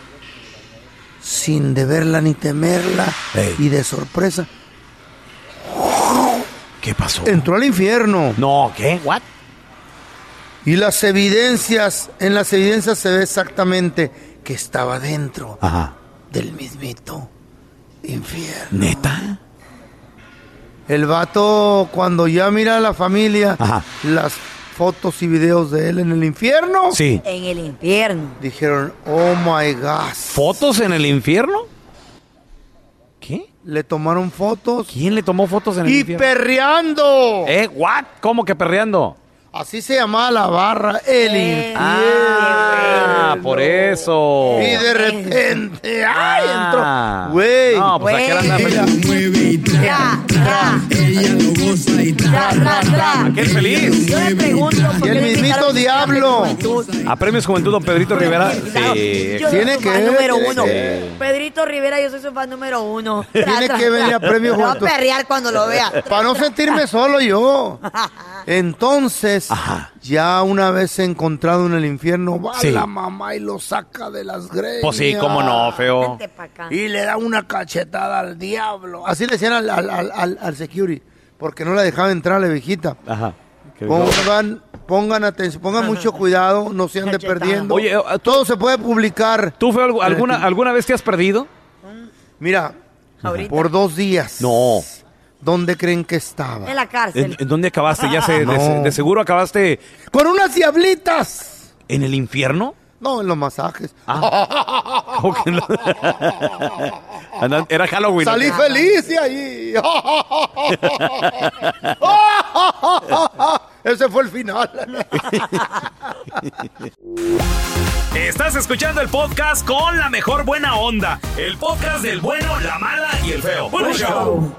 S3: sin deberla ni temerla,
S2: Ey.
S3: y de sorpresa,
S2: ¿Qué pasó?
S3: entró al infierno.
S2: No, ¿qué? ¿What?
S3: Y las evidencias, en las evidencias se ve exactamente que estaba dentro
S2: Ajá.
S3: del mismito infierno.
S2: ¿Neta?
S3: El vato, cuando ya mira a la familia, las fotos y videos de él en el infierno.
S2: Sí.
S5: En el infierno.
S3: Dijeron, oh my God.
S2: ¿Fotos en el infierno? ¿Qué?
S3: Le tomaron fotos.
S2: ¿Quién le tomó fotos en el
S3: ¡Y
S2: infierno?
S3: perreando!
S2: ¿Eh? ¿What? ¿Cómo que perreando?
S3: Así se llamaba la barra, el infierno.
S2: Ah, por eso.
S3: Y de repente, ¡ay!
S2: Oh. Ah.
S3: Entró. Güey.
S2: No, pues aquí
S3: Güey.
S2: anda. Aquel feliz.
S5: Yo le pregunto
S3: Y
S5: por qué
S3: el
S5: le
S3: mismito
S5: invitaron
S3: diablo.
S5: a Juventud.
S2: A Premios Juventud, don Pedrito Rivera. Sí.
S5: Yo soy
S3: Tiene
S5: su
S3: que
S5: fan
S3: ver,
S5: número
S3: tiene
S5: uno.
S3: que
S2: ver.
S5: Pedrito Rivera, yo soy su fan número uno.
S3: Tiene que venir a Premio
S5: Lo
S3: Juventud.
S5: Voy a perrear cuando lo vea.
S3: Para no sentirme solo yo. Entonces, ya una vez encontrado en el infierno, va
S2: Sí.
S3: la mamá y lo saca de las greñas.
S2: Pues sí, cómo no, feo.
S3: Y le da una cachetada al diablo. Así le decían al, al, al- al- al security, porque no la dejaba entrar a la viejita.
S2: Ajá. ¿Qué dijo?
S3: Pongan, pongan atención, pongan mucho cuidado, no se ande perdiendo.
S2: Oye, eh,
S3: todo se puede publicar.
S2: ¿Tú, feo, algu- alguna, alguna vez te has perdido?
S3: Mira,
S5: Ahorita.
S3: por dos días.
S2: No.
S3: ¿Dónde creen que estaba?
S5: En la
S2: ¿En,
S5: cárcel.
S2: en dónde acabaste? Ya sé, de,
S3: No.
S2: de seguro acabaste
S3: Con unas diablitas.
S2: en el infierno.
S3: No, en los masajes.
S2: ¿Cómo que Ah. no? Andan- Ah, Era Halloween.
S3: Salí feliz de ahí. Ese fue el final.
S1: Estás escuchando el podcast con la mejor buena onda. El podcast del bueno, la mala y el feo. Bueno, show.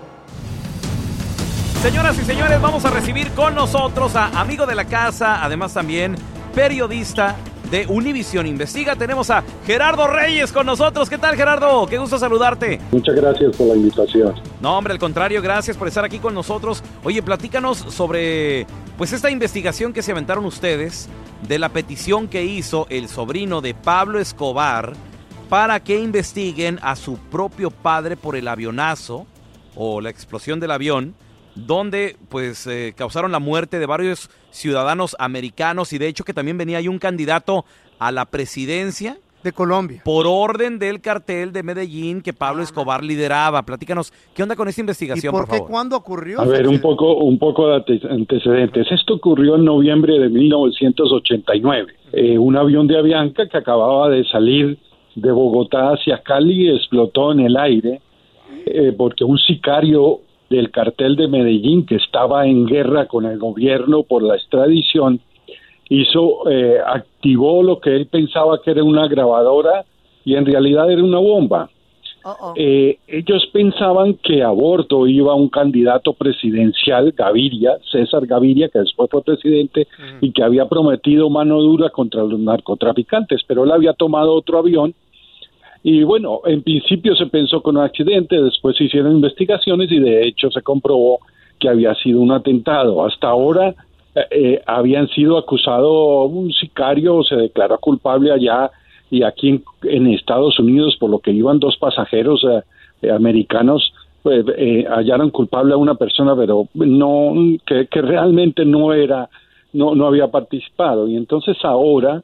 S2: Señoras y señores, vamos a recibir con nosotros a amigo de la casa, además también periodista de Univisión Investiga. Tenemos a Gerardo Reyes con nosotros. ¿Qué tal, Gerardo? Qué gusto saludarte.
S11: Muchas gracias por la invitación.
S2: No, hombre, al contrario, gracias por estar aquí con nosotros. Oye, platícanos sobre pues esta investigación que se aventaron ustedes de la petición que hizo el sobrino de Pablo Escobar para que investiguen a su propio padre por el avionazo o la explosión del avión donde pues eh, causaron la muerte de varios ciudadanos americanos y de hecho que también venía ahí un candidato a la presidencia
S3: De Colombia.
S2: por orden del cartel de Medellín que Pablo Escobar lideraba. Platícanos, ¿qué onda con esta
S3: Ah. ¿Y
S2: investigación, por,
S3: por qué
S2: favor?
S3: cuándo ocurrió?
S11: A ver, un poco, un poco de ante- antecedentes. Esto ocurrió en noviembre de 1989. Eh, un avión de Avianca que acababa de salir de Bogotá hacia Cali explotó en el aire eh, porque un sicario del cartel de Medellín que estaba en guerra con el gobierno por la extradición hizo eh, activó lo que él pensaba que era una grabadora y en realidad era una bomba.
S5: Oh,
S11: Eh, ellos pensaban que a bordo iba un candidato presidencial, Gaviria, César Gaviria, que después fue presidente y que había prometido mano dura contra los narcotraficantes, pero él había tomado otro avión y bueno, en principio se pensó con un accidente, después se hicieron investigaciones y de hecho se comprobó que había sido un atentado. Hasta ahora eh, eh, habían sido acusado un sicario, se declaró culpable allá y aquí en, en Estados Unidos, por lo que iban dos pasajeros eh, eh, americanos, pues, eh, hallaron culpable a una persona, pero no que, que realmente no era, no, no había participado. Y entonces ahora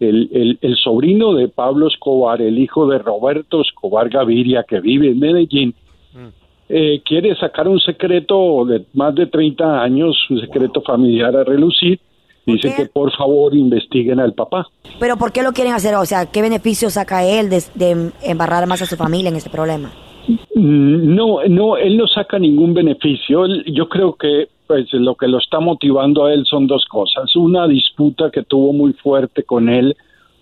S11: el, el- el sobrino de Pablo Escobar, el hijo de Roberto Escobar Gaviria, que vive en Medellín, eh, quiere sacar un secreto de más de 30 años, un secreto familiar a relucir. Dice que por favor investiguen al papá.
S5: Pero ¿por qué lo quieren hacer? O sea, ¿qué beneficio saca él de, de embarrar más a su familia en este problema?
S11: Mm, No, no, él no saca ningún beneficio. Él- yo creo que pues lo que lo está motivando a él son dos cosas. Una disputa que tuvo muy fuerte con él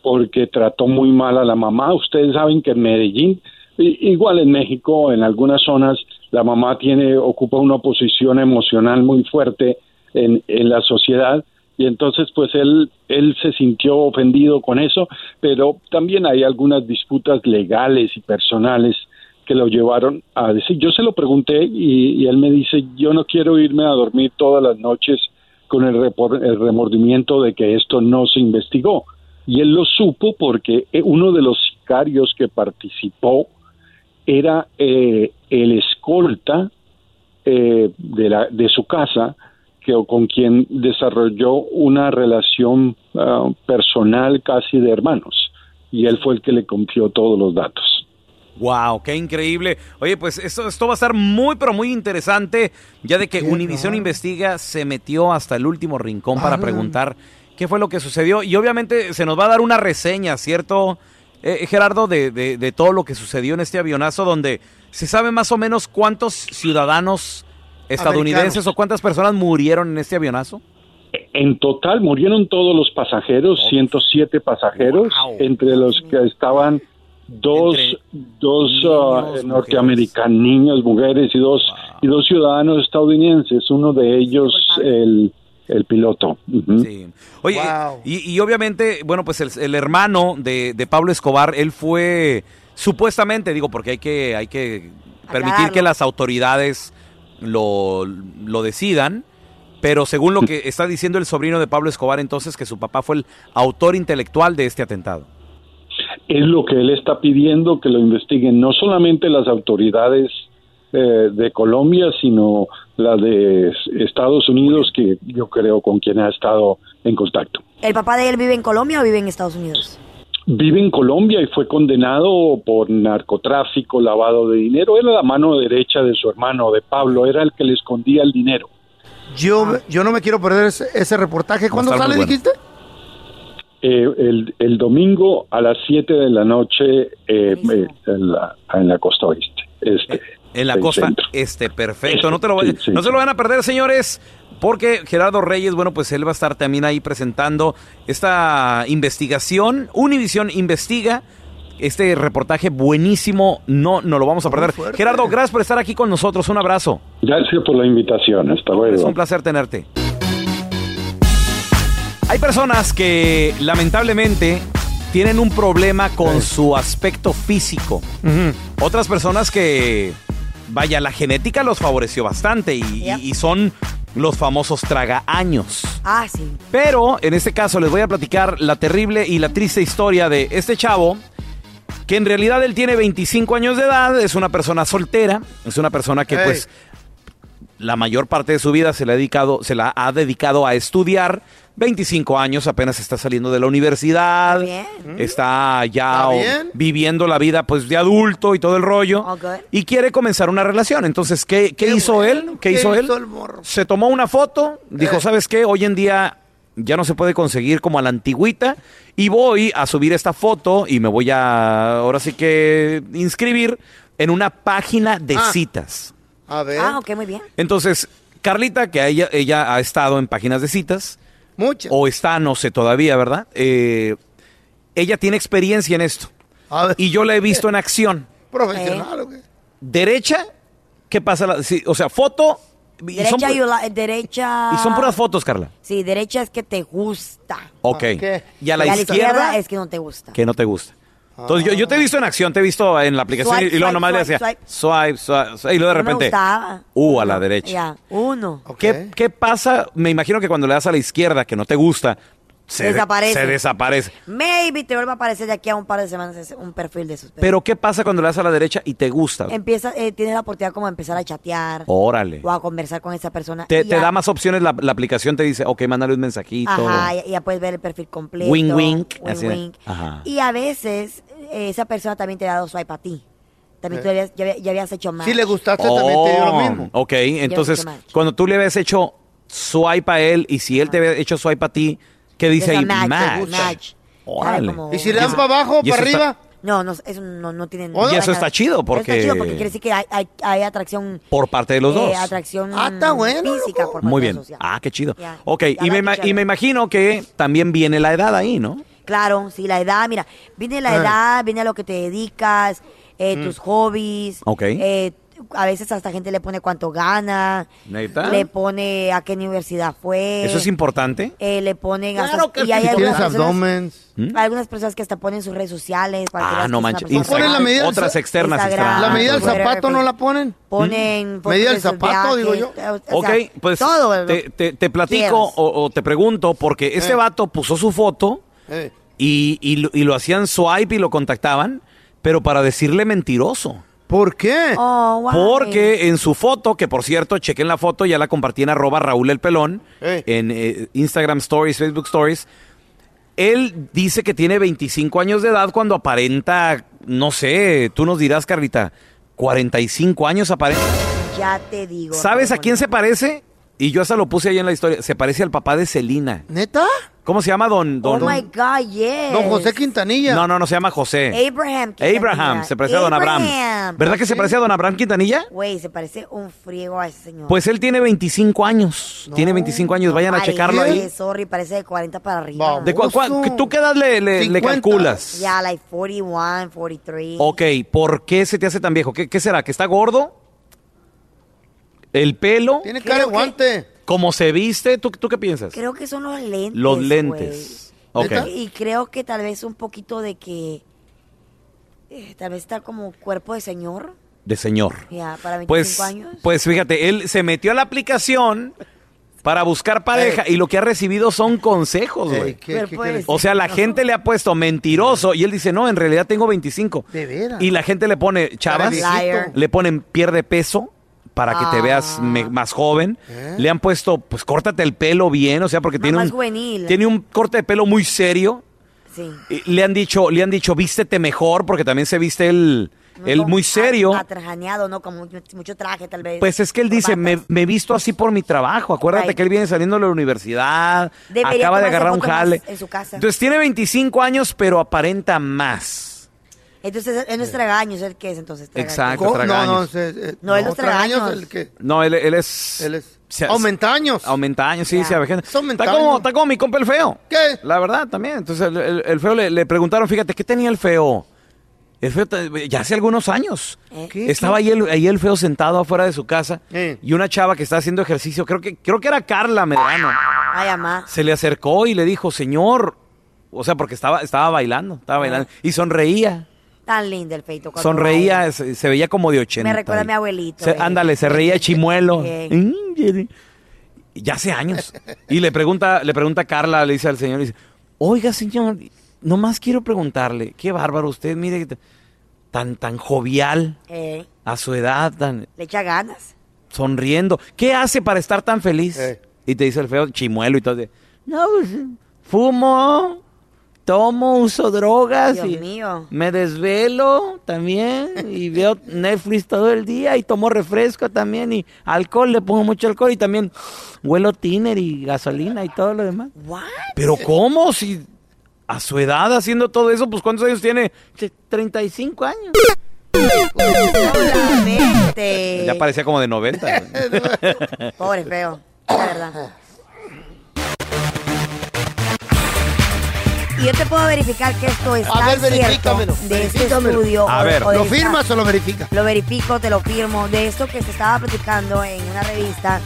S11: porque trató muy mal a la mamá. Ustedes saben que en Medellín, i- igual en México, en algunas zonas, la mamá tiene, ocupa una posición emocional muy fuerte en, en la sociedad y entonces pues él, él se sintió ofendido con eso, pero también hay algunas disputas legales y personales que lo llevaron a decir, yo se lo pregunté y, y él me dice, yo no quiero irme a dormir todas las noches con el, repor- el remordimiento de que esto no se investigó. Y él lo supo porque eh, uno de los sicarios que participó era eh, el escolta eh, de, la, de su casa, que, con quien desarrolló una relación ah, personal casi de hermanos. Y él fue el que le confió todos los datos.
S2: Wow, qué increíble. Oye, pues esto, esto va a estar muy, pero muy interesante, ya de que Univisión Investiga se metió hasta el último rincón para
S1: Ah.
S2: preguntar qué fue lo que sucedió. Y obviamente se nos va a dar una reseña, ¿cierto, eh, Gerardo, de, de- de todo lo que sucedió en este avionazo, donde se sabe más o menos cuántos ciudadanos estadounidenses
S11: Americanos.
S2: o cuántas personas murieron en este avionazo?
S11: En total murieron todos los pasajeros, 107 pasajeros, entre los que estaban dos, dos ah, norteamericanos, niños, mujeres y dos, y dos ciudadanos estadounidenses, uno de ellos el, el piloto. Ujú.
S2: Oye, y, y obviamente, bueno, pues el, el hermano de, de Pablo Escobar, él fue supuestamente, digo, porque hay que, hay que permitir
S1: Aclararlo.
S2: que las autoridades lo, lo decidan, pero según lo que está diciendo el sobrino de Pablo Escobar, entonces que su papá fue el autor intelectual de este atentado.
S11: es lo que él está pidiendo que lo investiguen no solamente las autoridades eh, de Colombia, sino la de Estados Unidos, que yo creo con quien ha estado en contacto.
S5: ¿El papá de él vive en Colombia o vive en Estados Unidos?
S11: vive en Colombia y fue condenado por narcotráfico, lavado de dinero. Era la mano derecha de su hermano, de Pablo, era el que le escondía el dinero.
S3: Yo, yo no me quiero perder ese, ese reportaje. ¿Cuándo
S11: estar
S3: sale,
S11: muy bueno.
S3: dijiste?
S11: Eh, el, el domingo a las 7 de la noche eh, eh, en, la, en la costa oeste. Este,
S2: Eh, En la
S11: del
S2: costa
S11: centro.
S2: este, perfecto. No, te lo, va-
S11: Sí, sí.
S2: no se lo van a perder, señores, porque Gerardo Reyes, bueno, pues él va a estar también ahí presentando esta investigación. Univisión investiga este reportaje buenísimo. No, no lo vamos a perder.
S11: fuerte.
S2: Gerardo, gracias por estar aquí con nosotros. Un abrazo.
S11: Gracias por la invitación. Hasta
S2: Es
S11: luego.
S2: un placer tenerte. Hay personas que lamentablemente tienen un problema con su aspecto físico. Otras personas que, vaya, la genética los favoreció bastante y, y- y son los famosos traga años.
S5: Ah, sí.
S2: Pero en este caso les voy a platicar la terrible y la triste historia de este chavo que en realidad él tiene 25 años de edad, es una persona soltera, es una persona que
S1: Ey.
S2: pues la mayor parte de su vida se la ha dedicado, se la ha dedicado a estudiar. 25 años, apenas está saliendo de la universidad. Está ya
S1: ¿Está
S2: o-
S1: bien?
S2: viviendo la vida pues de adulto y todo el rollo. Y quiere comenzar una relación. Entonces, ¿qué, qué hizo él? ¿Qué,
S3: ¿Qué
S2: hizo él?
S3: hizo el morro?
S2: Se tomó una foto,
S5: Eh.
S2: dijo, ¿sabes qué? Hoy en día ya no se puede conseguir como a la antigüita y voy a subir esta foto y me voy a, ahora sí que, inscribir en una página de
S5: Ah.
S2: citas.
S3: A ver.
S5: Ah, ok, muy bien.
S2: Entonces, Carlita, que a ella, ella ha estado en páginas de citas.
S3: Muchas.
S2: O está, no sé todavía, ¿verdad? Eh, ella tiene experiencia en esto. Y Eh, yo la he visto en acción.
S3: Profesional. ¿o qué?
S2: Derecha, ¿qué pasa? La- sí, o sea, foto. Y son,
S5: Derecha,
S2: pu-
S5: y la- derecha...
S2: y son puras fotos, Carla.
S5: Sí, derecha es que te gusta.
S2: Ok. Y a la izquierda,
S5: es que no te gusta.
S2: que no te gusta. Entonces, yo, yo te he visto en acción, te he visto en la aplicación
S5: Swipe,
S2: y, y luego
S5: swipe,
S2: nomás le
S5: swipe,
S2: decía swipe, swipe, swipe, y luego de
S5: No me
S2: repente,
S5: gustaba.
S2: uh, a la derecha.
S5: Ya, uno.
S2: ¿Qué, qué pasa? Me imagino que cuando le das a la izquierda, que no te gusta, se de-
S5: Desaparece.
S2: se desaparece.
S5: Maybe te vuelva a aparecer de aquí a un par de semanas ese- un perfil de esos.
S2: Pero ¿qué pasa cuando le das a la derecha y te gusta?
S5: Empieza, eh, tienes la oportunidad como de empezar a chatear
S2: Órale.
S5: o a conversar con esa persona.
S2: Te,
S5: y
S2: te
S5: ya-
S2: da más opciones la, la aplicación, te dice, ok, mándale un mensajito.
S5: Ajá, y- y ya puedes ver el perfil completo.
S2: wing wink.
S5: wink,
S2: así de-
S5: wink.
S2: Ajá.
S5: Y a veces eh, esa persona también te ha dado swipe a ti. También
S2: Eh.
S5: tú habías- ya, había- ya habías hecho más.
S3: Si le gustaste, también te
S2: oh.
S3: dio lo mismo.
S2: Ok, entonces
S5: mucho match.
S2: cuando tú le habías hecho swipe a él y si él te había hecho swipe a ti, ¿qué dice ahí?
S5: Match,
S2: Match.
S5: match.
S2: Órale.
S3: ¿Y si le dan para abajo,
S2: y eso
S3: para
S2: está-
S3: arriba?
S5: No, no, eso no, no tiene
S2: Y Oh, eso está chido,
S5: Eso está
S2: porque-
S5: chido porque quiere decir que hay, hay- hay atracción.
S2: Por parte de los
S5: eh,
S2: dos.
S5: Atracción
S3: Ah,
S5: física por parte
S2: Muy
S5: de
S2: bien.
S5: los dos, ya.
S2: Ah, qué chido.
S5: Ya.
S2: Ok, y me, ima- y me imagino que también viene la edad ahí, ¿no?
S5: Claro, sí, la edad, mira, viene la
S2: Ah.
S5: edad, viene a lo que te dedicas, eh,
S2: Mm.
S5: tus hobbies.
S2: Ok.
S5: eh, a veces hasta gente le pone cuánto gana,
S2: ¿Neta?
S5: le pone a qué universidad fue.
S2: ¿Eso es importante?
S5: eh, le ponen
S3: Claro
S5: hasta-
S3: que
S5: y hay
S3: sí.
S5: algunas
S3: Tienes
S5: personas-
S3: abdomen.
S5: hay algunas personas que hasta ponen sus redes sociales para que
S2: ¿Mm? Ah,
S5: veas
S2: no
S5: que es una
S2: manches.
S5: persona
S2: Instagram.
S5: real.
S2: Otras externas, externas.
S3: La medida del
S5: Whatever,
S3: zapato no
S5: Ah, pues,
S3: la ponen.
S5: Ponen fotos
S3: Medida
S5: de
S3: del
S5: sus
S3: ¿Mm? zapato, digo yo.
S5: viajes, o- o
S2: Ok,
S5: sea,
S2: pues
S5: todo,
S2: te,
S5: lo-
S2: te- te platico
S5: quieras.
S2: o, o te pregunto, porque este
S5: Eh.
S2: vato puso su foto
S3: Eh.
S2: y, y lo- y lo hacían swipe y lo contactaban, pero para decirle mentiroso.
S3: ¿Por qué?
S5: Oh, wow.
S2: Porque en su foto, que por cierto, chequen la foto, ya la compartí en arroba Raúl el Pelón, en eh, Instagram Stories, Facebook Stories, él dice que tiene 25 años de edad cuando aparenta, no sé, tú nos dirás, Carlita, 45 años aparenta.
S5: Ya te digo.
S2: ¿Sabes a quién se parece? Y yo hasta lo puse ahí en la historia, se parece al papá de Celina.
S3: ¿Neta?
S2: ¿Cómo se llama don,
S5: Oh
S2: don,
S5: my God, yes.
S3: Quintanilla.
S2: No, no, no, se llama José.
S5: Abraham. Quintanilla.
S2: Abraham, se parece a don Abraham. ¿Verdad que se parece a don Abraham Quintanilla?
S5: Güey, se parece un friego a ese señor.
S2: Pues él tiene 25 años. tiene 25 años. Vayan a
S5: Parece,
S2: checarlo ahí.
S5: Sorry, parece de 40 para arriba.
S2: ¿De cua- cua- que- ¿Tú qué edad le, le- le calculas?
S5: Yeah, like 41, 43.
S2: Ok, ¿por qué se te hace tan viejo? ¿Qué, qué será? ¿Que está gordo? ¿El pelo?
S3: Tiene
S5: cara de Creo que- guante.
S2: ¿Cómo se viste? ¿Tú, tú qué piensas?
S5: Creo que son los lentes.
S2: Los
S5: güey.
S2: lentes. Ok.
S5: Y y creo que tal vez un poquito de que... eh, tal vez está como cuerpo de señor.
S2: De señor.
S5: Ya, para 25
S2: Pues,
S5: años.
S2: pues fíjate, él se metió a la aplicación para buscar pareja y lo que ha recibido son consejos, güey.
S3: ¿qué- Pero qué pues- quieres?
S2: O sea, la gente le ha puesto mentiroso y él dice, no, en realidad tengo 25.
S3: De veras.
S2: Y la gente le pone, chavas,
S3: Liar.
S2: le ponen pierde peso para que te
S3: Ah.
S2: veas me- más joven.
S3: ¿Eh?
S2: Le han puesto, pues córtate el pelo bien, o sea, porque tiene
S5: más
S2: un,
S5: juvenil.
S2: tiene un corte de pelo muy serio.
S5: Sí.
S2: Y Le han dicho, le han dicho, vístete mejor, porque también se viste él,
S5: No
S2: él
S5: como
S2: muy
S5: a-
S2: serio.
S5: Atrajaneado, ¿no? Como mucho- mucho traje, tal vez.
S2: Pues es que él dice, me, me he visto así por mi trabajo. Acuérdate
S5: Right.
S2: que él viene saliendo de la universidad,
S5: Debería
S2: acaba de
S5: tomarse
S2: agarrar un
S5: fotos más
S2: jale.
S5: en su casa.
S2: Entonces tiene 25 años, pero aparenta más.
S5: Entonces, él no es tragaños, ¿el qué es entonces? Tragaños.
S2: Exacto, Co- no, tragaños. no,
S3: es- eh, es-
S5: No, él no es tragaños.
S3: el que...
S2: No, él, él es...
S3: Él es...
S2: se-
S3: Aumentaños.
S2: Aumentaños, sí, se avejenta. Está
S3: aumentaños.
S2: como, está como mi compa el feo. ¿Qué? La verdad, también. Entonces el, el- el feo le, le preguntaron, fíjate, ¿qué tenía el feo? El feo te- ya hace algunos años.
S5: ¿Eh?
S3: ¿Qué?
S2: Estaba
S3: ¿Qué?
S2: ahí el, ahí el feo sentado afuera de su casa
S3: Eh.
S2: y una chava que está haciendo ejercicio, creo que, creo que era Carla Medrano.
S5: Ay, mamá.
S2: se le acercó y le dijo, señor, o sea, porque estaba, estaba bailando, estaba bailando, y sonreía,
S5: Tan lindo el feito. cuando
S2: sonreía, se, se veía como de 80.
S5: baila. Me recuerda a mi abuelito.
S2: Se-
S5: eh.
S2: ándale, se reía chimuelo.
S5: Eh.
S2: Mm, y- y Ya hace años. Y le pregunta, le pregunta a Carla, le dice al señor, le dice, oiga señor, nomás quiero preguntarle, qué bárbaro usted, mire, que t- tan, tan jovial
S5: Eh,
S2: a su edad, tan
S5: le echa ganas.
S2: sonriendo, ¿qué hace para estar tan feliz? Y te dice el feo, chimuelo y todo. de, No, pues, fumo, tomo, uso drogas
S5: Dios
S2: y
S5: mío.
S2: me desvelo también y veo Netflix todo el día y tomo refresco también y alcohol, le pongo mucho alcohol y también huelo tiner y gasolina y todo lo demás. Pero ¿cómo? Si a su edad haciendo todo eso, pues ¿cuántos años tiene? 35 años.
S5: Solamente.
S2: Ya parecía como de 90. güey.
S5: Pobre feo, la verdad. Y yo te puedo verificar que esto es
S3: A ver,
S5: cierto
S3: verifícamelo,
S5: de este
S3: verifícamelo.
S5: estudio.
S3: A
S5: o-
S3: ver.
S5: o de
S3: ¿Lo
S5: esta-
S3: firmas o lo verificas?
S5: Lo verifico, te lo firmo. De esto que se estaba platicando en una revista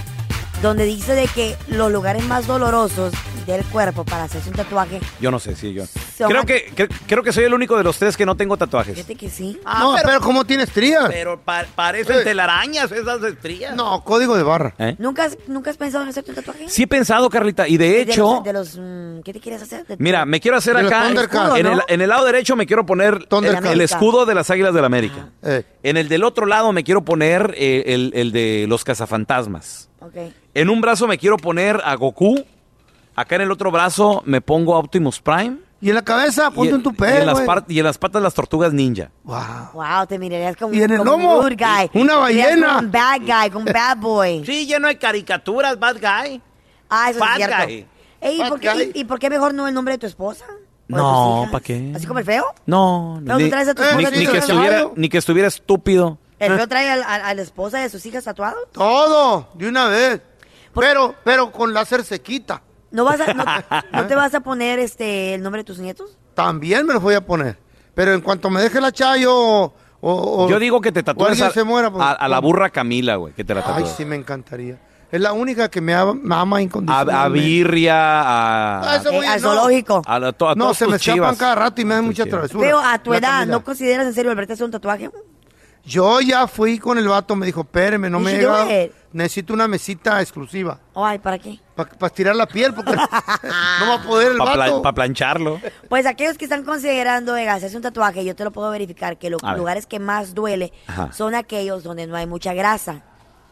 S5: donde dice de que los lugares más dolorosos del cuerpo para hacerse un tatuaje,
S2: Yo no sé, sí, yo.
S5: Son-
S2: Creo que, cre- creo que soy el único de los tres que no tengo tatuajes.
S5: fíjate que sí.
S3: no, pero, ¿cómo tienes trías?
S2: Pero parecen telarañas esas estrías.
S3: No, código de barra.
S5: ¿Nunca has, ¿Nunca has pensado en hacerte un tatuaje?
S2: Sí he pensado, Carlita, y de hecho,
S5: De los, de los, mm, ¿Qué te quieres hacer? De-
S2: mira, me quiero hacer
S5: De los
S2: acá,
S5: Thundercats.
S2: en,
S5: Escudo,
S2: el,
S5: ¿no?
S2: en el lado derecho me quiero poner el,
S5: Thundercats.
S2: escudo de las Águilas del América.
S3: Eh,
S2: En el del otro lado me quiero poner eh, el, el de los cazafantasmas.
S5: Ok.
S2: En un brazo me quiero poner a Goku. Acá en el otro brazo me pongo a Optimus Prime.
S3: Y en la cabeza, Ah, ponte
S2: y,
S3: un tupé,
S2: y en las
S3: güey.
S2: par- y en las patas las tortugas ninja.
S5: Wow, te mirarías como,
S3: Y en el
S5: como
S3: lomo,
S5: un good guy.
S3: una
S5: Te mirarías
S3: ballena.
S5: como Un bad guy, como un bad boy.
S2: Sí, lleno de caricaturas, bad guy.
S5: Ah, eso
S2: Bad
S5: es cierto.
S2: guy.
S5: Ey, ¿y, por qué, y- y por qué mejor no el nombre de tu esposa?
S2: No, ¿para qué?
S5: ¿Así como el feo?
S2: No,
S5: Pero tú traes a tu
S2: Eh, ni,
S5: esposa
S2: ni
S5: tatuada.
S2: que estuviera, ni que estuviera estúpido.
S5: ¿El feo trae al- al- a la esposa de sus hijas tatuado?
S3: Todo, de una vez. Pero, pero con láser se quita.
S5: ¿No, vas a, no, no te vas a poner este el nombre de tus nietos?
S3: También me los voy a poner. Pero en cuanto me deje la chayo o, o-
S2: Yo digo que te tatúes
S3: alguien
S2: a,
S3: se muera, pues,
S2: a- a la
S3: no.
S2: burra Camila, güey, que te la
S3: Ay,
S2: tatúes.
S3: sí, me encantaría. Es la única que me ama, me ama
S2: A, a
S3: incondicionalmente.
S2: Birria, a...
S3: Ah, ese
S5: Eh,
S3: güey, no.
S2: A, la- to- a
S3: no,
S2: todos
S3: se
S2: tus
S3: me escapan
S2: chivas.
S3: cada rato y me dan mucha travesura.
S5: Pero a tu
S3: La
S5: edad,
S3: Camila.
S5: ¿no consideras en serio volverte a hacer un tatuaje?
S3: Yo ya fui con el vato, me dijo, espéreme, no
S5: You
S3: me he
S5: should do
S3: llegado.
S5: it.
S3: Necesito una mesita exclusiva.
S5: Ay, ¿para qué?
S3: Para estirar la piel, porque no va a poder el
S2: Para
S3: vato.
S2: plancharlo.
S5: Pues aquellos que están considerando eh, hacerse un tatuaje, yo te lo puedo verificar, que los
S2: A ver.
S5: lugares que más duele
S2: Ajá.
S5: son aquellos donde no hay mucha grasa,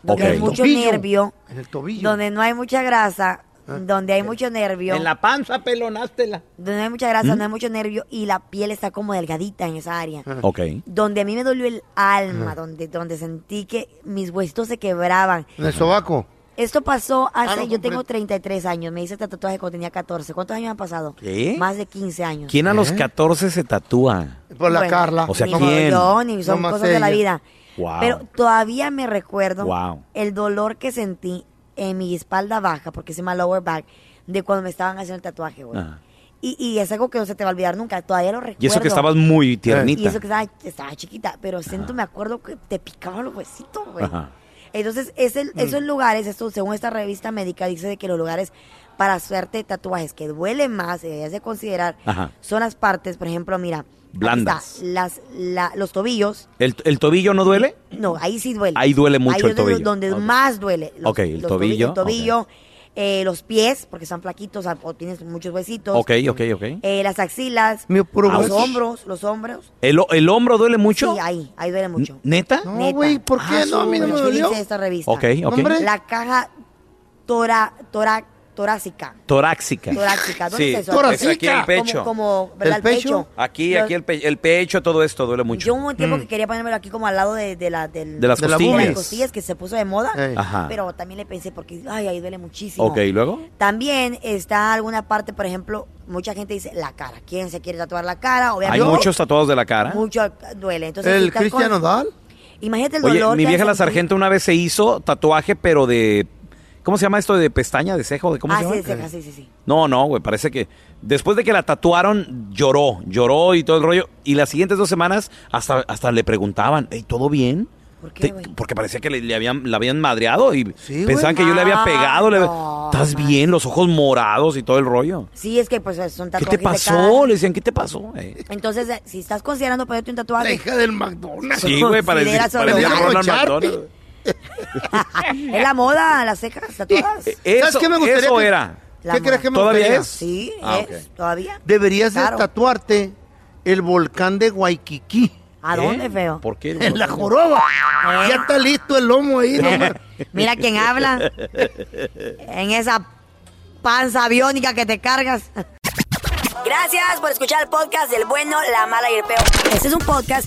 S5: donde
S2: Ok.
S5: hay mucho
S14: Tobillo.
S5: nervio,
S3: En el tobillo.
S5: donde no hay mucha grasa,
S3: Ah.
S5: donde hay mucho nervio,
S14: En la panza pelonástela.
S5: donde no hay mucha grasa,
S14: ¿Mm?
S5: no hay mucho nervio y la piel está como delgadita en esa área.
S2: Ok.
S5: Donde a mí me dolió el alma,
S3: Ah. Ajá.
S5: donde, donde sentí que mis huesitos se quebraban.
S3: En el sobaco.
S5: Esto pasó hace,
S3: Ah, no,
S5: yo tengo 33 años, me hice este tatuaje cuando tenía 14. ¿Cuántos años han pasado?
S2: ¿Qué?
S5: Más de 15 años.
S2: ¿Quién a
S3: ¿Eh?
S2: los 14 se tatúa?
S3: Por la
S5: Bueno,
S3: Carla.
S2: O sea,
S5: ni
S2: ¿quién?
S5: yo, ni son
S3: Nomás
S5: cosas de la
S3: ella.
S5: vida.
S2: Wow.
S5: Pero todavía me recuerdo
S2: Wow.
S5: el dolor que sentí en mi espalda baja, porque se llama lower back, de cuando me estaban haciendo el tatuaje, güey.
S2: Ajá.
S5: Y, y es algo que no se te va a olvidar nunca, todavía lo recuerdo.
S2: Ah. Y eso que estabas
S3: Eh.
S2: muy tiernita.
S5: Y eso que estaba, estaba chiquita, pero siento, me acuerdo que te picaban los huesitos, güey.
S2: Ajá.
S5: Entonces, es el-
S2: Mm.
S5: esos lugares, esto, según esta revista médica, dice de que los lugares para hacerte tatuajes que duelen más, se debe de considerar,
S2: Ajá.
S5: son las partes, por ejemplo, mira, aquí está,
S2: Blandas.
S5: las, la- los tobillos,
S2: ¿El, el tobillo no duele?
S5: no, ahí sí duele.
S2: Ahí duele mucho
S5: Ahí
S2: el
S5: es donde-
S2: tobillo.
S5: Donde más duele.
S2: Ok, el tobillo,
S5: los tobillos, el tobillo, eh, los pies, porque están flaquitos, ah, o o tienes muchos huesitos.
S2: Ok, ok, ok.
S5: Eh, las axilas,
S2: Mío, puro
S5: los
S2: hueso.
S5: hombros, los hombros.
S2: ¿El, o- el hombro duele mucho?
S5: Sí, ahí, ahí duele mucho.
S2: ¿Neta?
S5: No, güey, ¿por
S3: qué? No, a mí no me dolió.
S5: Ah, esta revista.
S2: Ok, ok. Hombre.
S5: La caja tora, tora, torácica.
S2: Toráxica.
S5: Torácica. ¿Dónde
S2: Sí,
S5: está eso?
S2: es aquí el pecho.
S5: Como, como, ¿verdad? El pecho.
S2: Aquí,
S5: Los-
S2: aquí el, pe- el pecho, todo esto duele
S5: Yo
S2: mucho.
S5: hubo un tiempo
S2: Mm.
S5: que quería ponérmelo aquí como al lado de, de la, del-
S2: De las
S5: la-
S2: costillas.
S5: las costillas que se puso de moda.
S2: Ey. Ajá.
S5: Pero también le pensé porque, ay, ahí duele muchísimo.
S2: Ok, ¿y luego?
S5: También está alguna parte, por ejemplo, mucha gente dice la cara. ¿Quién se quiere tatuar la cara?
S2: Hay
S5: Obviamente.
S2: muchos tatuados de la cara.
S5: Mucho duele. Entonces,
S2: ¿El
S5: si estás
S2: Cristian
S5: con-
S2: Nodal?
S5: Imagínate el
S2: Oye,
S5: dolor.
S2: mi
S5: que
S2: vieja la
S5: sentí.
S2: sargento una vez se hizo tatuaje, pero de... ¿Cómo se llama esto? ¿De pestaña? ¿De cejo? ¿De cómo
S5: ah,
S2: se
S5: sí,
S2: llama?
S5: de cejas, sí, sí, sí.
S2: No, no, güey, parece que después de que la tatuaron, lloró, lloró y todo el rollo. Y las siguientes dos semanas hasta, hasta le preguntaban, "Ey, ¿todo bien?
S5: ¿Por
S2: qué, Porque parecía que le, le habían, la habían madreado y pensaban que
S5: güey.
S2: yo le había
S5: Ah,
S2: pegado. le-
S5: no,
S2: ¿Estás bien? Los ojos morados y todo el rollo.
S5: Sí, es que pues son
S2: ¿Qué
S5: tatuajes
S2: te
S5: de cada-
S2: pasó? Le decían, ¿qué te pasó? Eh,
S5: Entonces, eh, si estás considerando ponerte un tatuaje... La hija
S3: del McDonald's.
S2: Sí, güey, parecía,
S5: Considera solo-
S2: parecía Ronald McDonald.
S5: Es la moda, las cejas tatuadas.
S1: Eh,
S2: Eso, eso era.
S5: La moda.
S3: Eh, ¿Qué crees que me
S2: ¿Todavía
S3: gustaría?
S2: es?
S5: Sí,
S2: Ah,
S5: es,
S2: ok.
S5: todavía.
S3: Deberías de
S5: Claro.
S3: tatuarte el volcán de Waikiki.
S1: ¿Eh?
S5: ¿A dónde, feo?
S2: ¿Por qué?
S3: En la joroba. Ya está listo el lomo ahí. nomás.
S5: Mira quién habla en esa panza aviónica que te cargas. Gracias por escuchar el podcast del bueno, la mala y el peor. Este es un podcast